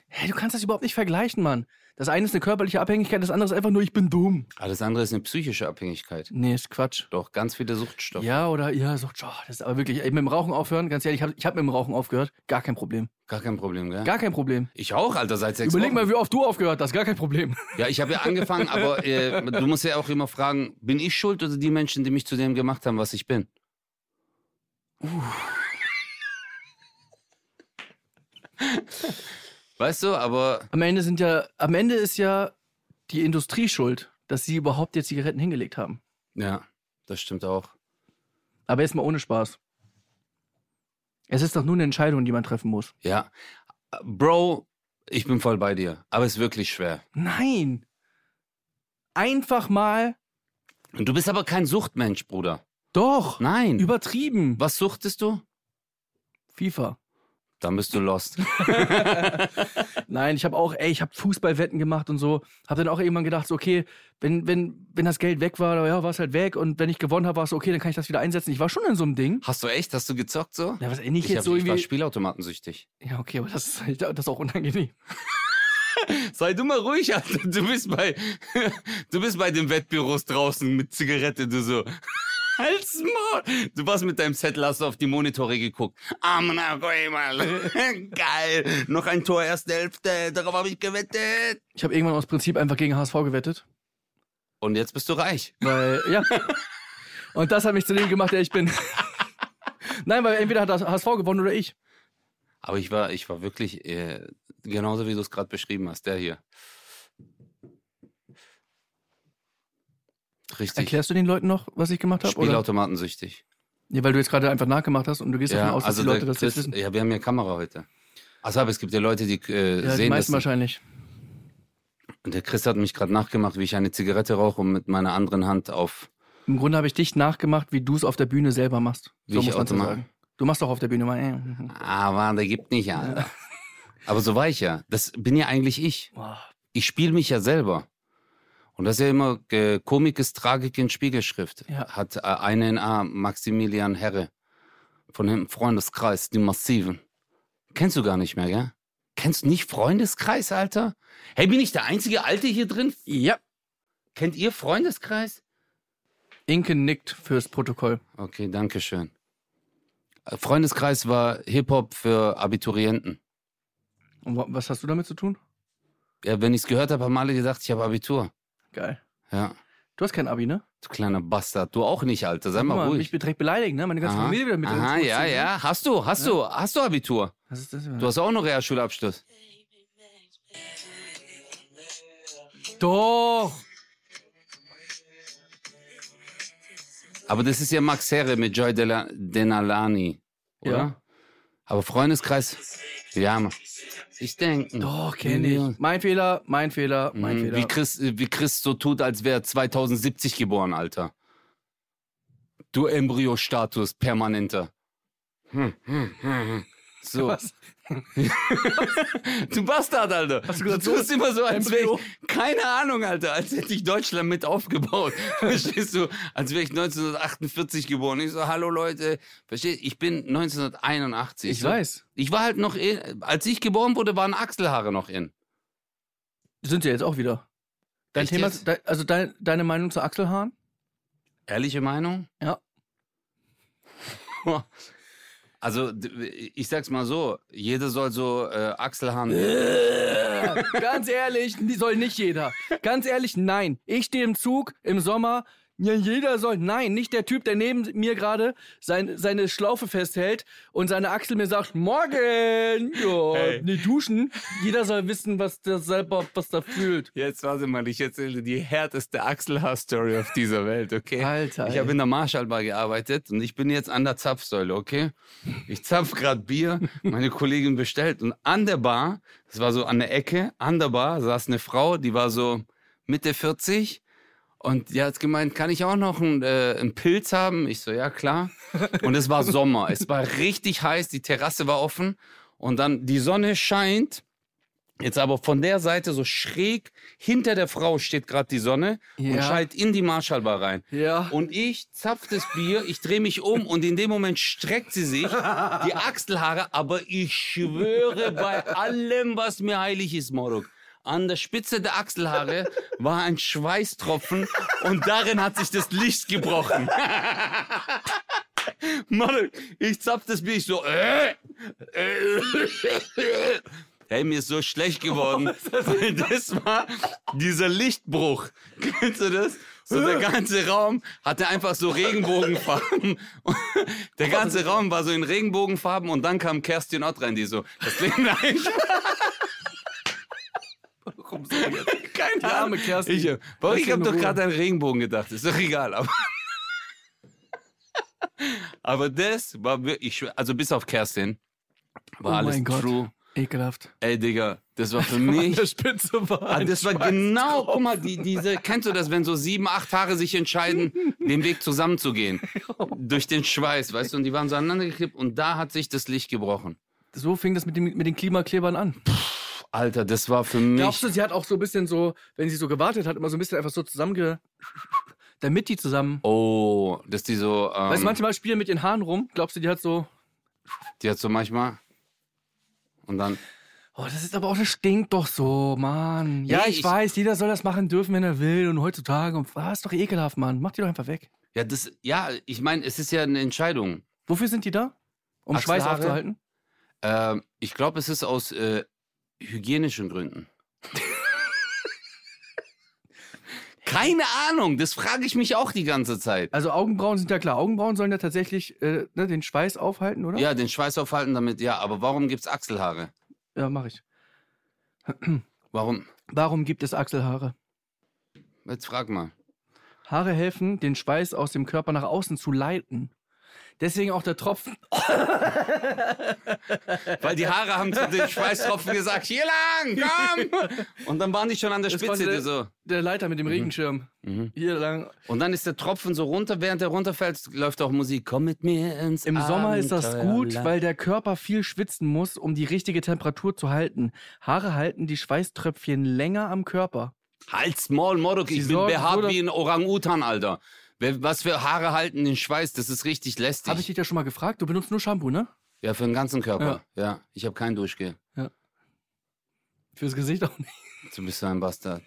B: Hey, du kannst das überhaupt nicht vergleichen, Mann. Das eine ist eine körperliche Abhängigkeit, das andere ist einfach nur, ich bin dumm.
A: Alles andere ist eine psychische Abhängigkeit.
B: Nee, ist Quatsch.
A: Doch, ganz viele Suchtstoffe.
B: Ja, oder ja, sagt, oh, das ist aber wirklich, ey, mit dem Rauchen aufhören, ganz ehrlich, ich habe ich hab mit dem Rauchen aufgehört, gar kein Problem.
A: Gar kein Problem, gell?
B: Gar kein Problem.
A: ich auch, Alter, seit sechs
B: Überleg
A: Wochen.
B: mal, wie oft du aufgehört hast, gar kein Problem.
A: Ja, ich habe ja angefangen, aber äh, du musst ja auch immer fragen, bin ich schuld oder die Menschen, die mich zu dem gemacht haben, was ich bin? Weißt du, aber
B: Am Ende sind ja, am Ende ist ja die Industrie schuld, dass sie überhaupt jetzt Zigaretten hingelegt haben.
A: ja, das stimmt auch.
B: Aber jetzt mal ohne Spaß. Es ist doch nur eine Entscheidung, die man treffen muss.
A: Ja. Bro, ich bin voll bei dir, aber es ist wirklich schwer.
B: Nein! Einfach mal
A: Und du bist aber kein Suchtmensch, Bruder.
B: doch!
A: Nein.
B: Übertrieben!
A: was suchtest du?
B: FIFA.
A: Dann bist du lost.
B: Nein, ich habe auch, ey, ich habe Fußballwetten gemacht und so. Habe dann auch irgendwann gedacht, so, okay, wenn, wenn, wenn das Geld weg war, ja, war es halt weg. Und wenn ich gewonnen habe, war es so, okay, dann kann ich das wieder einsetzen. Ich war schon in so einem Ding.
A: Hast du echt? Hast du gezockt so?
B: Ja, was ähnlich
A: Ich,
B: jetzt
A: hab,
B: so
A: ich war
B: irgendwie.
A: Spielautomatensüchtig.
B: ja, okay, aber das ist, halt- das ist auch unangenehm.
A: Sei du mal ruhig, Alter. Du bist bei, du bist bei den Wettbüros draußen mit Zigarette, du so. Halt's Maul. Du warst mit deinem Zettel, hast du auf die Monitore geguckt. Amna Römerl. Geil. Noch ein Tor, erste Hälfte. Darauf habe ich gewettet.
B: Ich habe irgendwann aus Prinzip einfach gegen HSV gewettet.
A: Und jetzt bist du reich.
B: Weil, ja. Und das hat mich zu dem gemacht, der ich bin. Nein, weil entweder hat das HSV gewonnen oder ich.
A: Aber ich war, ich war wirklich äh, genauso, wie du es gerade beschrieben hast. Der hier. Richtig.
B: Erklärst du den Leuten noch, was ich gemacht habe? oder?
A: Spielautomatensüchtig.
B: Ja, weil du jetzt gerade einfach nachgemacht hast und du gehst davon aus, dass die
A: also der
B: Leute das
A: Chris-
B: jetzt wissen.
A: Ja, wir haben ja Kamera heute. Achso, aber es gibt ja Leute, die äh,
B: Ja, die
A: sehen das.
B: meisten wahrscheinlich.
A: Und der Chris hat mich gerade nachgemacht, wie ich eine Zigarette rauche und mit meiner anderen Hand auf.
B: Im Grunde habe ich dich nachgemacht, wie du es auf der Bühne selber machst.
A: Wie ich
B: muss man
A: Automat-
B: sagen. Du machst doch auf der Bühne mal. Äh. mhm.
A: Ah, Mann, der gibt nicht, Alter. Aber so war ich ja. Das bin ja eigentlich ich.
B: Boah.
A: Ich spiele mich ja selber. Und das ist ja immer äh, Komik ist Tragik in Spiegelschrift.
B: Ja.
A: Hat äh, eine NA Maximilian Herre von dem Freundeskreis, die Massiven. Kennst du gar nicht mehr, gell? Kennst du nicht Freundeskreis, Alter? Hey, bin ich der einzige Alte hier drin?
B: Ja.
A: Kennt ihr Freundeskreis?
B: Inke nickt fürs Protokoll.
A: Okay, danke schön. Äh, Freundeskreis war Hip-Hop für Abiturienten.
B: Und wa- was hast du damit zu tun?
A: Ja, wenn ich es gehört habe, haben alle gedacht, ich habe Abitur.
B: Geil.
A: Ja,
B: Du hast kein Abi, ne?
A: du kleiner Bastard. Du auch nicht, Alter. Sei
B: Guck
A: mal ruhig.
B: Mich direkt beleidigen, ne? Meine ganze
A: Aha,
B: Familie wieder mit
A: Aha
B: ins Boot
A: ja,
B: ziehen, ne?
A: ja. Hast du, hast du, hast du Abitur?
B: Was ist das denn?
A: Du hast auch noch Realschulabschluss.
B: Doch!
A: Aber das ist ja Max Herre mit Joy Dela Denalani, oder?
B: Ja.
A: Aber Freundeskreis, ja, Mann. Ich denke.
B: Doch, kenne ich. Mein Fehler, mein Fehler, mein Fehler.
A: Wie Chris, äh, wie Chris so tut, als wäre er 2070 geboren, Alter. Du Embryo-Status, permanenter. Hm, hm, hm, hm. So.
B: Was?
A: Du Bastard, Alter.
B: Hast du gesagt,
A: du
B: so
A: bist immer so, als wäre
B: Embryo?
A: ich, keine Ahnung, Alter, als hätte ich Deutschland mit aufgebaut. Verstehst du? Als wäre ich 1948 geboren. Ich so, hallo Leute, verstehst ich bin 1981.
B: Ich
A: so,
B: weiß.
A: Ich war halt noch, in, als ich geboren wurde, waren Achselhaare noch in.
B: Sind sie jetzt auch wieder. Dein
A: Echt
B: Thema,
A: jetzt?
B: de, also dein, deine Meinung zu Achselhahn?
A: Ehrliche Meinung?
B: Ja.
A: Also, d- ich sag's mal so: jeder soll so äh, Achselhahn.
B: Ganz ehrlich, die soll nicht jeder. Ganz ehrlich, nein. Ich stehe im Zug im Sommer. Ja, jeder soll. Nein, nicht der Typ, der neben mir gerade sein, seine Schlaufe festhält und seine Achsel mir sagt, morgen! Ja,
A: Hey.
B: nee, duschen. Jeder soll wissen, was der selber, was da fühlt.
A: Jetzt warte mal, ich erzähle dir die härteste Achselhaar-Story auf dieser Welt, okay?
B: Alter,
A: Ich habe
B: ey.
A: in der Marschallbar gearbeitet und ich bin jetzt an der Zapfsäule, okay? Ich zapf gerade Bier, meine Kollegin bestellt und an der Bar, das war so an der Ecke, an der Bar saß eine Frau, die war so Mitte 40 Und die hat gemeint, kann ich auch noch einen, äh, einen Pilz haben? Ich so, ja, klar. Und es war Sommer. Es war richtig heiß, die Terrasse war offen. Und dann die Sonne scheint. Jetzt aber von der Seite so schräg hinter der Frau steht gerade die Sonne
B: Ja.
A: und schallt in die Marschallbar rein.
B: Ja.
A: Und ich zapf das Bier, ich drehe mich um und in dem Moment streckt sie sich, die Achselhaare, aber ich schwöre bei allem, was mir heilig ist, Morok. An der Spitze der Achselhaare war ein Schweißtropfen und darin hat sich das Licht gebrochen. Morok, ich zapf das Bier, ich so, äh, äh, Hey, mir ist so schlecht geworden.
B: Oh,
A: weil das war dieser Lichtbruch. Kennst du das? So der
B: Äh.
A: ganze Raum hatte einfach so Regenbogenfarben. Und der ganze Raum war so in Regenbogenfarben und dann kam Kerstin Ott rein, die so, das Leben eigentlich.
B: Warum so jetzt?
A: Keine
B: Die arme
A: Ahnung.
B: Kerstin.
A: Ich, Warum?
B: Lass
A: ich
B: sie
A: habe
B: in
A: doch
B: Ruhe.
A: gerade an Regenbogen gedacht. Ist doch egal. Aber, aber das war wirklich, ich schwör- also bis auf Kerstin, war
B: Oh
A: alles
B: mein Gott.
A: true.
B: Ekelhaft.
A: Ey, Digga, das war für mich
B: Spitze war.
A: Ah,
B: ein
A: das war
B: Schweiß-
A: genau, guck mal, die, diese, kennst du das, wenn so sieben, acht Haare sich entscheiden, den Weg zusammenzugehen? Durch den Schweiß, weißt du, und die waren so aneinandergeklebt und da hat sich das Licht gebrochen.
B: So fing das mit, dem, mit den Klimaklebern an.
A: Pff, Alter, das war für mich.
B: Glaubst du, sie hat auch so ein bisschen so, wenn sie so gewartet hat, immer so ein bisschen einfach so zusammenge. damit die zusammen.
A: Oh, dass die so. Ähm,
B: Weißt du, manchmal spielen mit ihren Haaren rum. Glaubst du, die hat so.
A: Die hat so manchmal. Und dann.
B: Oh, das ist aber auch, das stinkt doch so, Mann. Ja,
A: Nee,
B: ich,
A: ich-
B: weiß, jeder soll das machen dürfen, wenn er will. Und heutzutage, und, ah, ist doch ekelhaft, Mann. Mach die doch einfach weg.
A: Ja, das, ja ich meine, es ist ja eine Entscheidung.
B: Wofür sind die da? Um Schweiß
A: Achselhaare?
B: aufzuhalten?
A: Ähm, ich glaube, es ist aus äh, hygienischen Gründen. Keine Ahnung, das frage ich mich auch die ganze Zeit.
B: Also Augenbrauen sind ja klar. Augenbrauen sollen ja tatsächlich äh, ne, den Schweiß aufhalten, oder?
A: Ja, den Schweiß aufhalten damit, ja, aber warum gibt's Achselhaare?
B: Ja, mach ich.
A: Warum?
B: Warum gibt es Achselhaare?
A: Jetzt frag mal.
B: Haare helfen, den Schweiß aus dem Körper nach außen zu leiten. Deswegen auch der Tropfen.
A: Weil die Haare haben zu den Schweißtropfen gesagt, hier lang, komm! Und dann waren die schon an der
B: Das
A: Spitze,
B: konnte-
A: die so.
B: Der Leiter mit dem Regenschirm.
A: Mhm.
B: Hier lang.
A: Und dann ist der Tropfen so runter, während er runterfällt, läuft auch Musik. Komm mit mir ins
B: Im Sommer ist das gut,
A: Abenteuerland.
B: weil der Körper viel schwitzen muss, um die richtige Temperatur zu halten. Haare halten die Schweißtröpfchen länger am Körper.
A: Halt's Maul, Morok,
B: Sie
A: ich bin
B: sorgen so,
A: behaart
B: dass-
A: wie ein Orang-Utan, Alter. Wer- Was für Haare halten den Schweiß, das ist richtig lästig.
B: Habe ich dich ja schon mal gefragt? Du benutzt nur Shampoo, ne?
A: ja, für den ganzen Körper. Ja, ich habe keinen Duschgel.
B: Fürs Gesicht auch nicht.
A: Du bist so ein Bastard.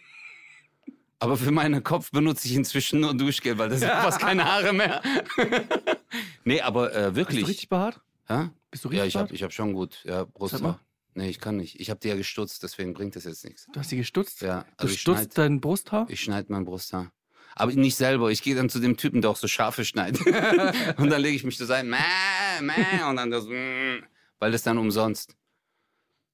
A: Aber für meinen Kopf benutze ich inzwischen nur Duschgel, weil da sind fast keine Haare mehr. nee, aber äh,
B: Bist du
A: wirklich.
B: richtig behaart?
A: Ja,
B: Bist du richtig
A: ja ich habe
B: behaart?
A: ich hab schon gut. Ja,
B: mal.
A: Brusthaar. Nee, ich kann nicht. Ich habe die ja gestutzt, deswegen bringt das jetzt nichts.
B: Du hast sie gestutzt?
A: Ja,
B: Du
A: also ich schneid-
B: stutzt dein Brusthaar?
A: Ich schneide mein Brusthaar. Aber nicht selber. Ich gehe dann zu dem Typen, der auch so Schafe schneidet. und dann lege ich mich zur Seite. Mäh, mäh, und dann das. mm, Weil das dann umsonst.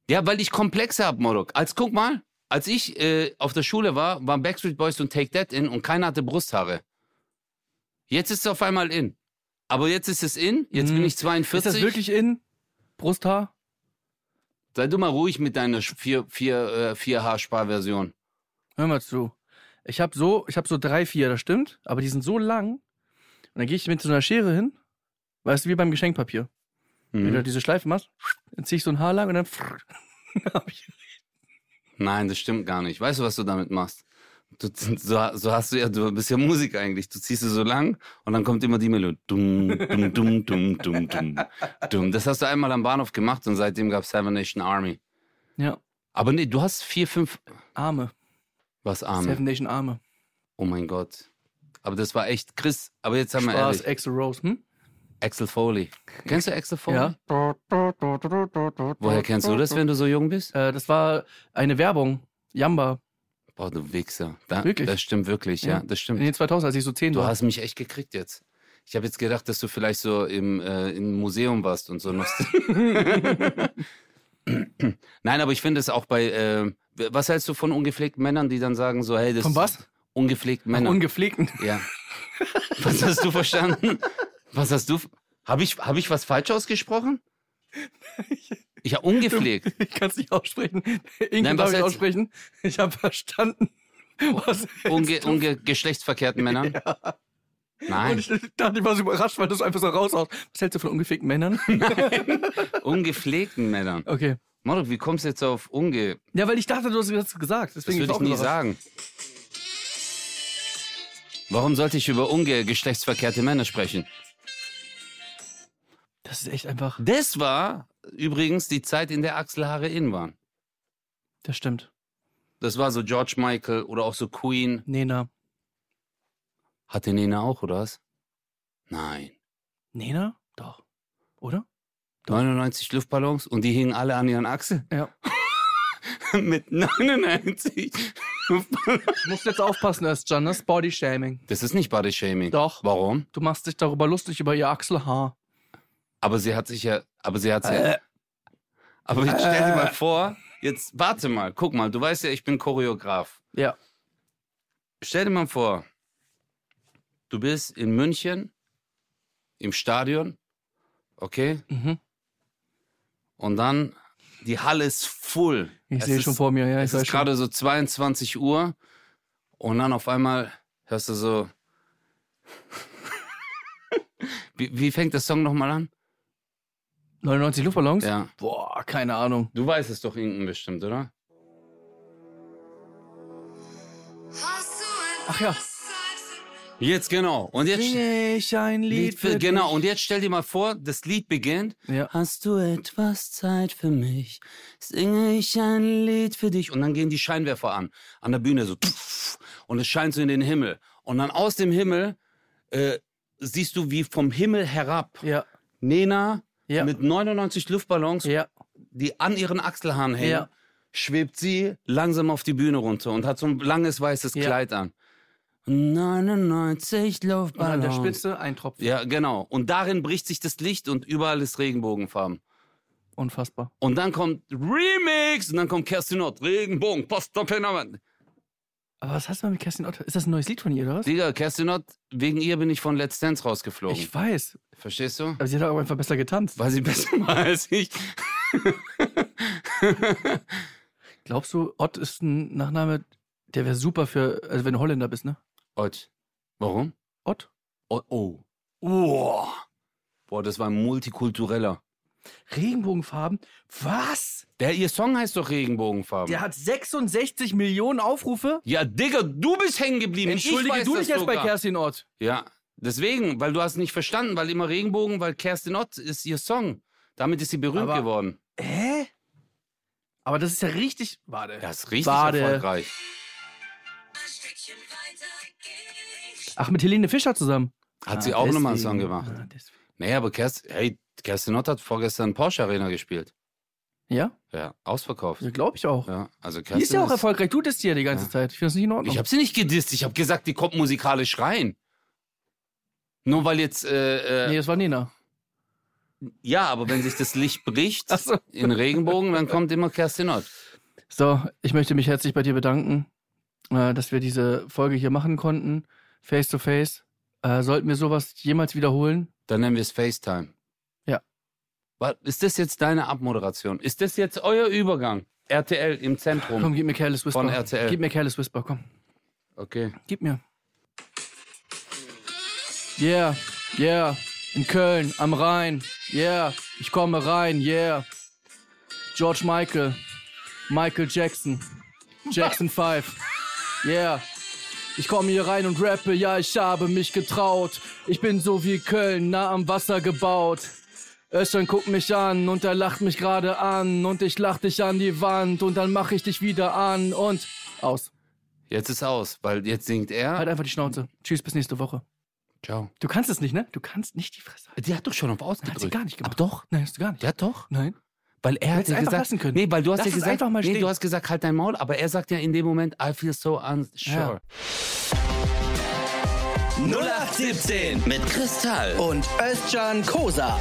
A: Ja, weil ich Komplexe habe, Morok. Als guck mal, als ich äh, auf der Schule war, waren Backstreet Boys und Take That in und keiner hatte Brusthaare. Jetzt ist es auf einmal in. Aber jetzt ist es in. Jetzt
B: Mhm.
A: bin ich 42.
B: Ist das wirklich in? Brusthaar?
A: Sei du mal ruhig mit deiner Sch- vier, vier, äh, vier Haarsparversion.
B: Hör mal zu. Ich habe so, ich habe so drei, vier, das stimmt, aber die sind so lang. Und dann gehe ich mit so einer Schere hin, weißt du, wie beim Geschenkpapier. Wenn du
A: Mhm.
B: diese Schleife machst, dann ziehe ich so ein Haar lang und dann. hab ich-
A: Nein, das stimmt gar nicht. Weißt du, was du damit machst? Du, so, so hast du ja, du bist ja Musik eigentlich. Du ziehst sie so lang und dann kommt immer die Melodie. Dum, dum, dum, dum, dum, dum, dum. Das hast du einmal am Bahnhof gemacht und seitdem gab es Seven Nation Army.
B: ja,
A: Aber nee, du hast vier, fünf,
B: Arme.
A: was Arme.
B: Seven Nation Arme.
A: Oh mein Gott. Aber das war echt Chris. Aber jetzt haben wir
B: Spaß,
A: ehrlich.
B: Axel Rose, hm?
A: Axel Foley. Kennst du Axel Foley?
B: Ja.
A: Woher
B: Woher
A: kennst du das, wenn du so jung bist?
B: Äh, das war eine Werbung. Jamba.
A: Boah, du Wichser. Da,
B: Wirklich?
A: Das stimmt wirklich, ja.
B: Ja.
A: Das
B: In
A: stimmt.
B: den 2000, als ich so 10
A: Du
B: war.
A: hast mich echt gekriegt jetzt. Ich habe jetzt gedacht, dass du vielleicht so im, äh, im Museum warst und so. Nost- Nein, aber ich finde es auch bei. Äh, was hältst du von ungepflegten Männern, die dann sagen so, hey, das
B: Von was?
A: ungepflegten Männern.
B: Ungepflegten.
A: ja. Was hast du verstanden? Was hast du? Habe ich habe ich was falsch ausgesprochen? Ich habe ungepflegt.
B: Ich kann es nicht aussprechen. Inken
A: Nein, was
B: darf ich
A: jetzt?
B: aussprechen. Ich habe verstanden. Was
A: Unge unge geschlechtsverkehrten Männern? Nein,
B: Und ich dachte, ich war so überrascht, weil das einfach so raushaust. Was hältst du von ungefickten Männern?
A: ungepflegten Männern.
B: Okay.
A: Morok, wie kommst du jetzt auf unge...
B: Ja, weil ich dachte, du hast es gesagt.
A: Das
B: Deswegen
A: würde
B: war
A: ich nie
B: überrascht.
A: sagen. Warum sollte ich über unge geschlechtsverkehrte Männer sprechen?
B: Das ist echt einfach.
A: Das war übrigens die Zeit, in der Achselhaare in waren.
B: Das stimmt.
A: Das war so George Michael oder auch so Queen.
B: Nena.
A: Hatte Nena auch, oder was? Nein.
B: Nena? Doch. Oder?
A: 99 Luftballons und die hingen alle an ihren Achseln.
B: Ja.
A: Mit 99.
B: Du musst jetzt aufpassen, Özcan, das ist Body Shaming.
A: Das ist nicht Body Shaming.
B: Doch.
A: Warum?
B: Du machst dich darüber lustig über ihr Achselhaar.
A: Aber sie hat sich ja. Aber sie hat sich.
B: Äh.
A: aber jetzt stell dir mal vor, jetzt warte mal, guck mal, du weißt ja, ich bin Choreograf.
B: Ja.
A: Stell dir mal vor, du bist in München im Stadion, okay?
B: Mhm.
A: Und dann die Halle ist voll.
B: Ich
A: Es
B: sehe
A: ist-
B: schon vor mir, ja. Ich
A: Es ist
B: weiß schon.
A: gerade so 22 Uhr und dann auf einmal hörst du so. wie, wie fängt der Song nochmal an?
B: 99 Luftballons?
A: Ja.
B: Boah, keine Ahnung.
A: Du weißt es doch irgendein bestimmt, oder?
B: Ach ja.
A: Jetzt genau. Und jetzt.
B: Sing ich ein Lied für
A: genau, und jetzt stell dir mal vor, das Lied beginnt.
B: Ja.
A: Hast du etwas Zeit für mich? Singe ich ein Lied für dich? Und dann gehen die Scheinwerfer an. An der Bühne so. tuff, Und es scheint so in den Himmel. Und dann aus dem Himmel äh, siehst du wie vom Himmel herab
B: Ja.
A: Nena
B: Ja.
A: mit 99 Luftballons,
B: ja.
A: die an ihren Achselhaaren hängen,
B: Ja.
A: schwebt sie langsam auf die Bühne runter und hat so ein langes weißes
B: Ja.
A: Kleid an. 99
B: Und Ah, an der
A: Luftballons.
B: Spitze ein Tropfen.
A: Ja, genau. Und darin bricht sich das Licht und überall ist Regenbogenfarben.
B: Unfassbar.
A: Und dann kommt Remix und dann kommt Kerstin Ott. Regenbogen, Post auf Pennermann.
B: Aber was hast du mal mit Kerstin Ott? Ist das ein neues Lied von ihr, oder was?
A: Digga, Kerstin Ott, wegen ihr bin ich von Let's Dance rausgeflogen.
B: Ich weiß.
A: Verstehst du?
B: Aber sie hat auch einfach besser getanzt.
A: Weil sie besser war als ich.
B: Glaubst du, Ott ist ein Nachname, der wäre super für, also wenn du Holländer bist, ne?
A: Ott. Warum?
B: Ott?
A: Oh. oh. Uah. Boah, das war ein multikultureller.
B: Regenbogenfarben? Was?
A: Der, ihr Song heißt doch Regenbogenfarben.
B: Der hat 66 Millionen Aufrufe?
A: Ja, Digga, du bist hängen geblieben. ich
B: Entschuldige
A: weiß
B: du
A: das
B: dich jetzt bei
A: sogar.
B: Kerstin Ott.
A: Ja, deswegen, weil du hast nicht verstanden, weil immer Regenbogen, weil Kerstin Ott ist ihr Song. Damit ist sie berühmt
B: Aber-
A: geworden.
B: Hä? Aber das ist ja richtig. Warte.
A: Das ist richtig
B: Wade.
A: erfolgreich.
B: Ach, mit Helene Fischer zusammen.
A: Hat
B: Ah,
A: sie auch nochmal einen Song
B: deswegen.
A: gemacht.
B: Ah, deswegen.
A: Nee, aber Kerstin, hey, Kerstin Ott hat vorgestern Porsche Arena gespielt.
B: Ja,
A: Ja, ausverkauft.
B: ja glaube ich auch.
A: Ja, also Kerstin
B: Die ist ja auch erfolgreich. Du das ja die ganze
A: Ja.
B: Zeit. Ich finde das nicht in Ordnung.
A: Ich habe sie nicht gedisst. Ich habe gesagt, die kommt musikalisch rein. Nur weil jetzt, äh, äh,
B: nee, das war Nena.
A: ja, aber wenn sich das Licht bricht
B: Ach so.
A: in Regenbogen, dann kommt immer Kerstin Ott.
B: So, ich möchte mich herzlich bei dir bedanken, äh, dass wir diese Folge hier machen konnten. Face to face. Äh, sollten wir sowas jemals wiederholen?
A: Dann nennen wir es FaceTime.
B: Ja.
A: Was, ist das jetzt deine Abmoderation? Ist das jetzt euer Übergang? RTL im
B: Komm,
A: Zentrum.
B: gib mir Careless Whisper.
A: Um Von RTL.
B: Gib mir Careless Whisper, komm.
A: Okay.
B: Gib mir. Yeah, yeah. In Köln, am Rhein. Yeah, ich komme rein, yeah. George Michael. Michael Jackson. Jackson 5. Yeah. Ich komme hier rein und rappe, ja, ich habe mich getraut. Ich bin so wie Köln, nah am Wasser gebaut. Östern guckt mich an und er lacht mich gerade an und ich lach dich an die Wand und dann mach ich dich wieder an und aus.
A: Jetzt ist aus, weil jetzt singt
B: Halt
A: er.
B: einfach die Schnauze. Tschüss, bis nächste Woche.
A: Ciao.
B: Du kannst es nicht, ne? Du kannst nicht die Fresse halten.
A: Die hat doch schon auf
B: Hat sie
A: ausgedrückt.
B: gar nicht gemacht.
A: Aber doch.
B: Nein, hast du gar nicht.
A: Ja, doch.
B: Nein.
A: Weil er hat
B: hättest
A: ja
B: einfach
A: gesagt.
B: lassen können.
A: Nee, weil du hast
B: Lass
A: ja
B: es
A: gesagt.
B: einfach mal
A: nee,
B: stehen.
A: du hast gesagt, halt dein Maul. Aber er sagt ja in dem Moment, I feel so unsure.
D: 0817
A: Mit Kristall.
D: und Özcan Kosa.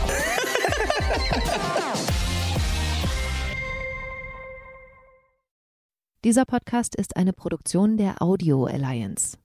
E: Dieser Podcast ist eine Produktion der Audio Alliance.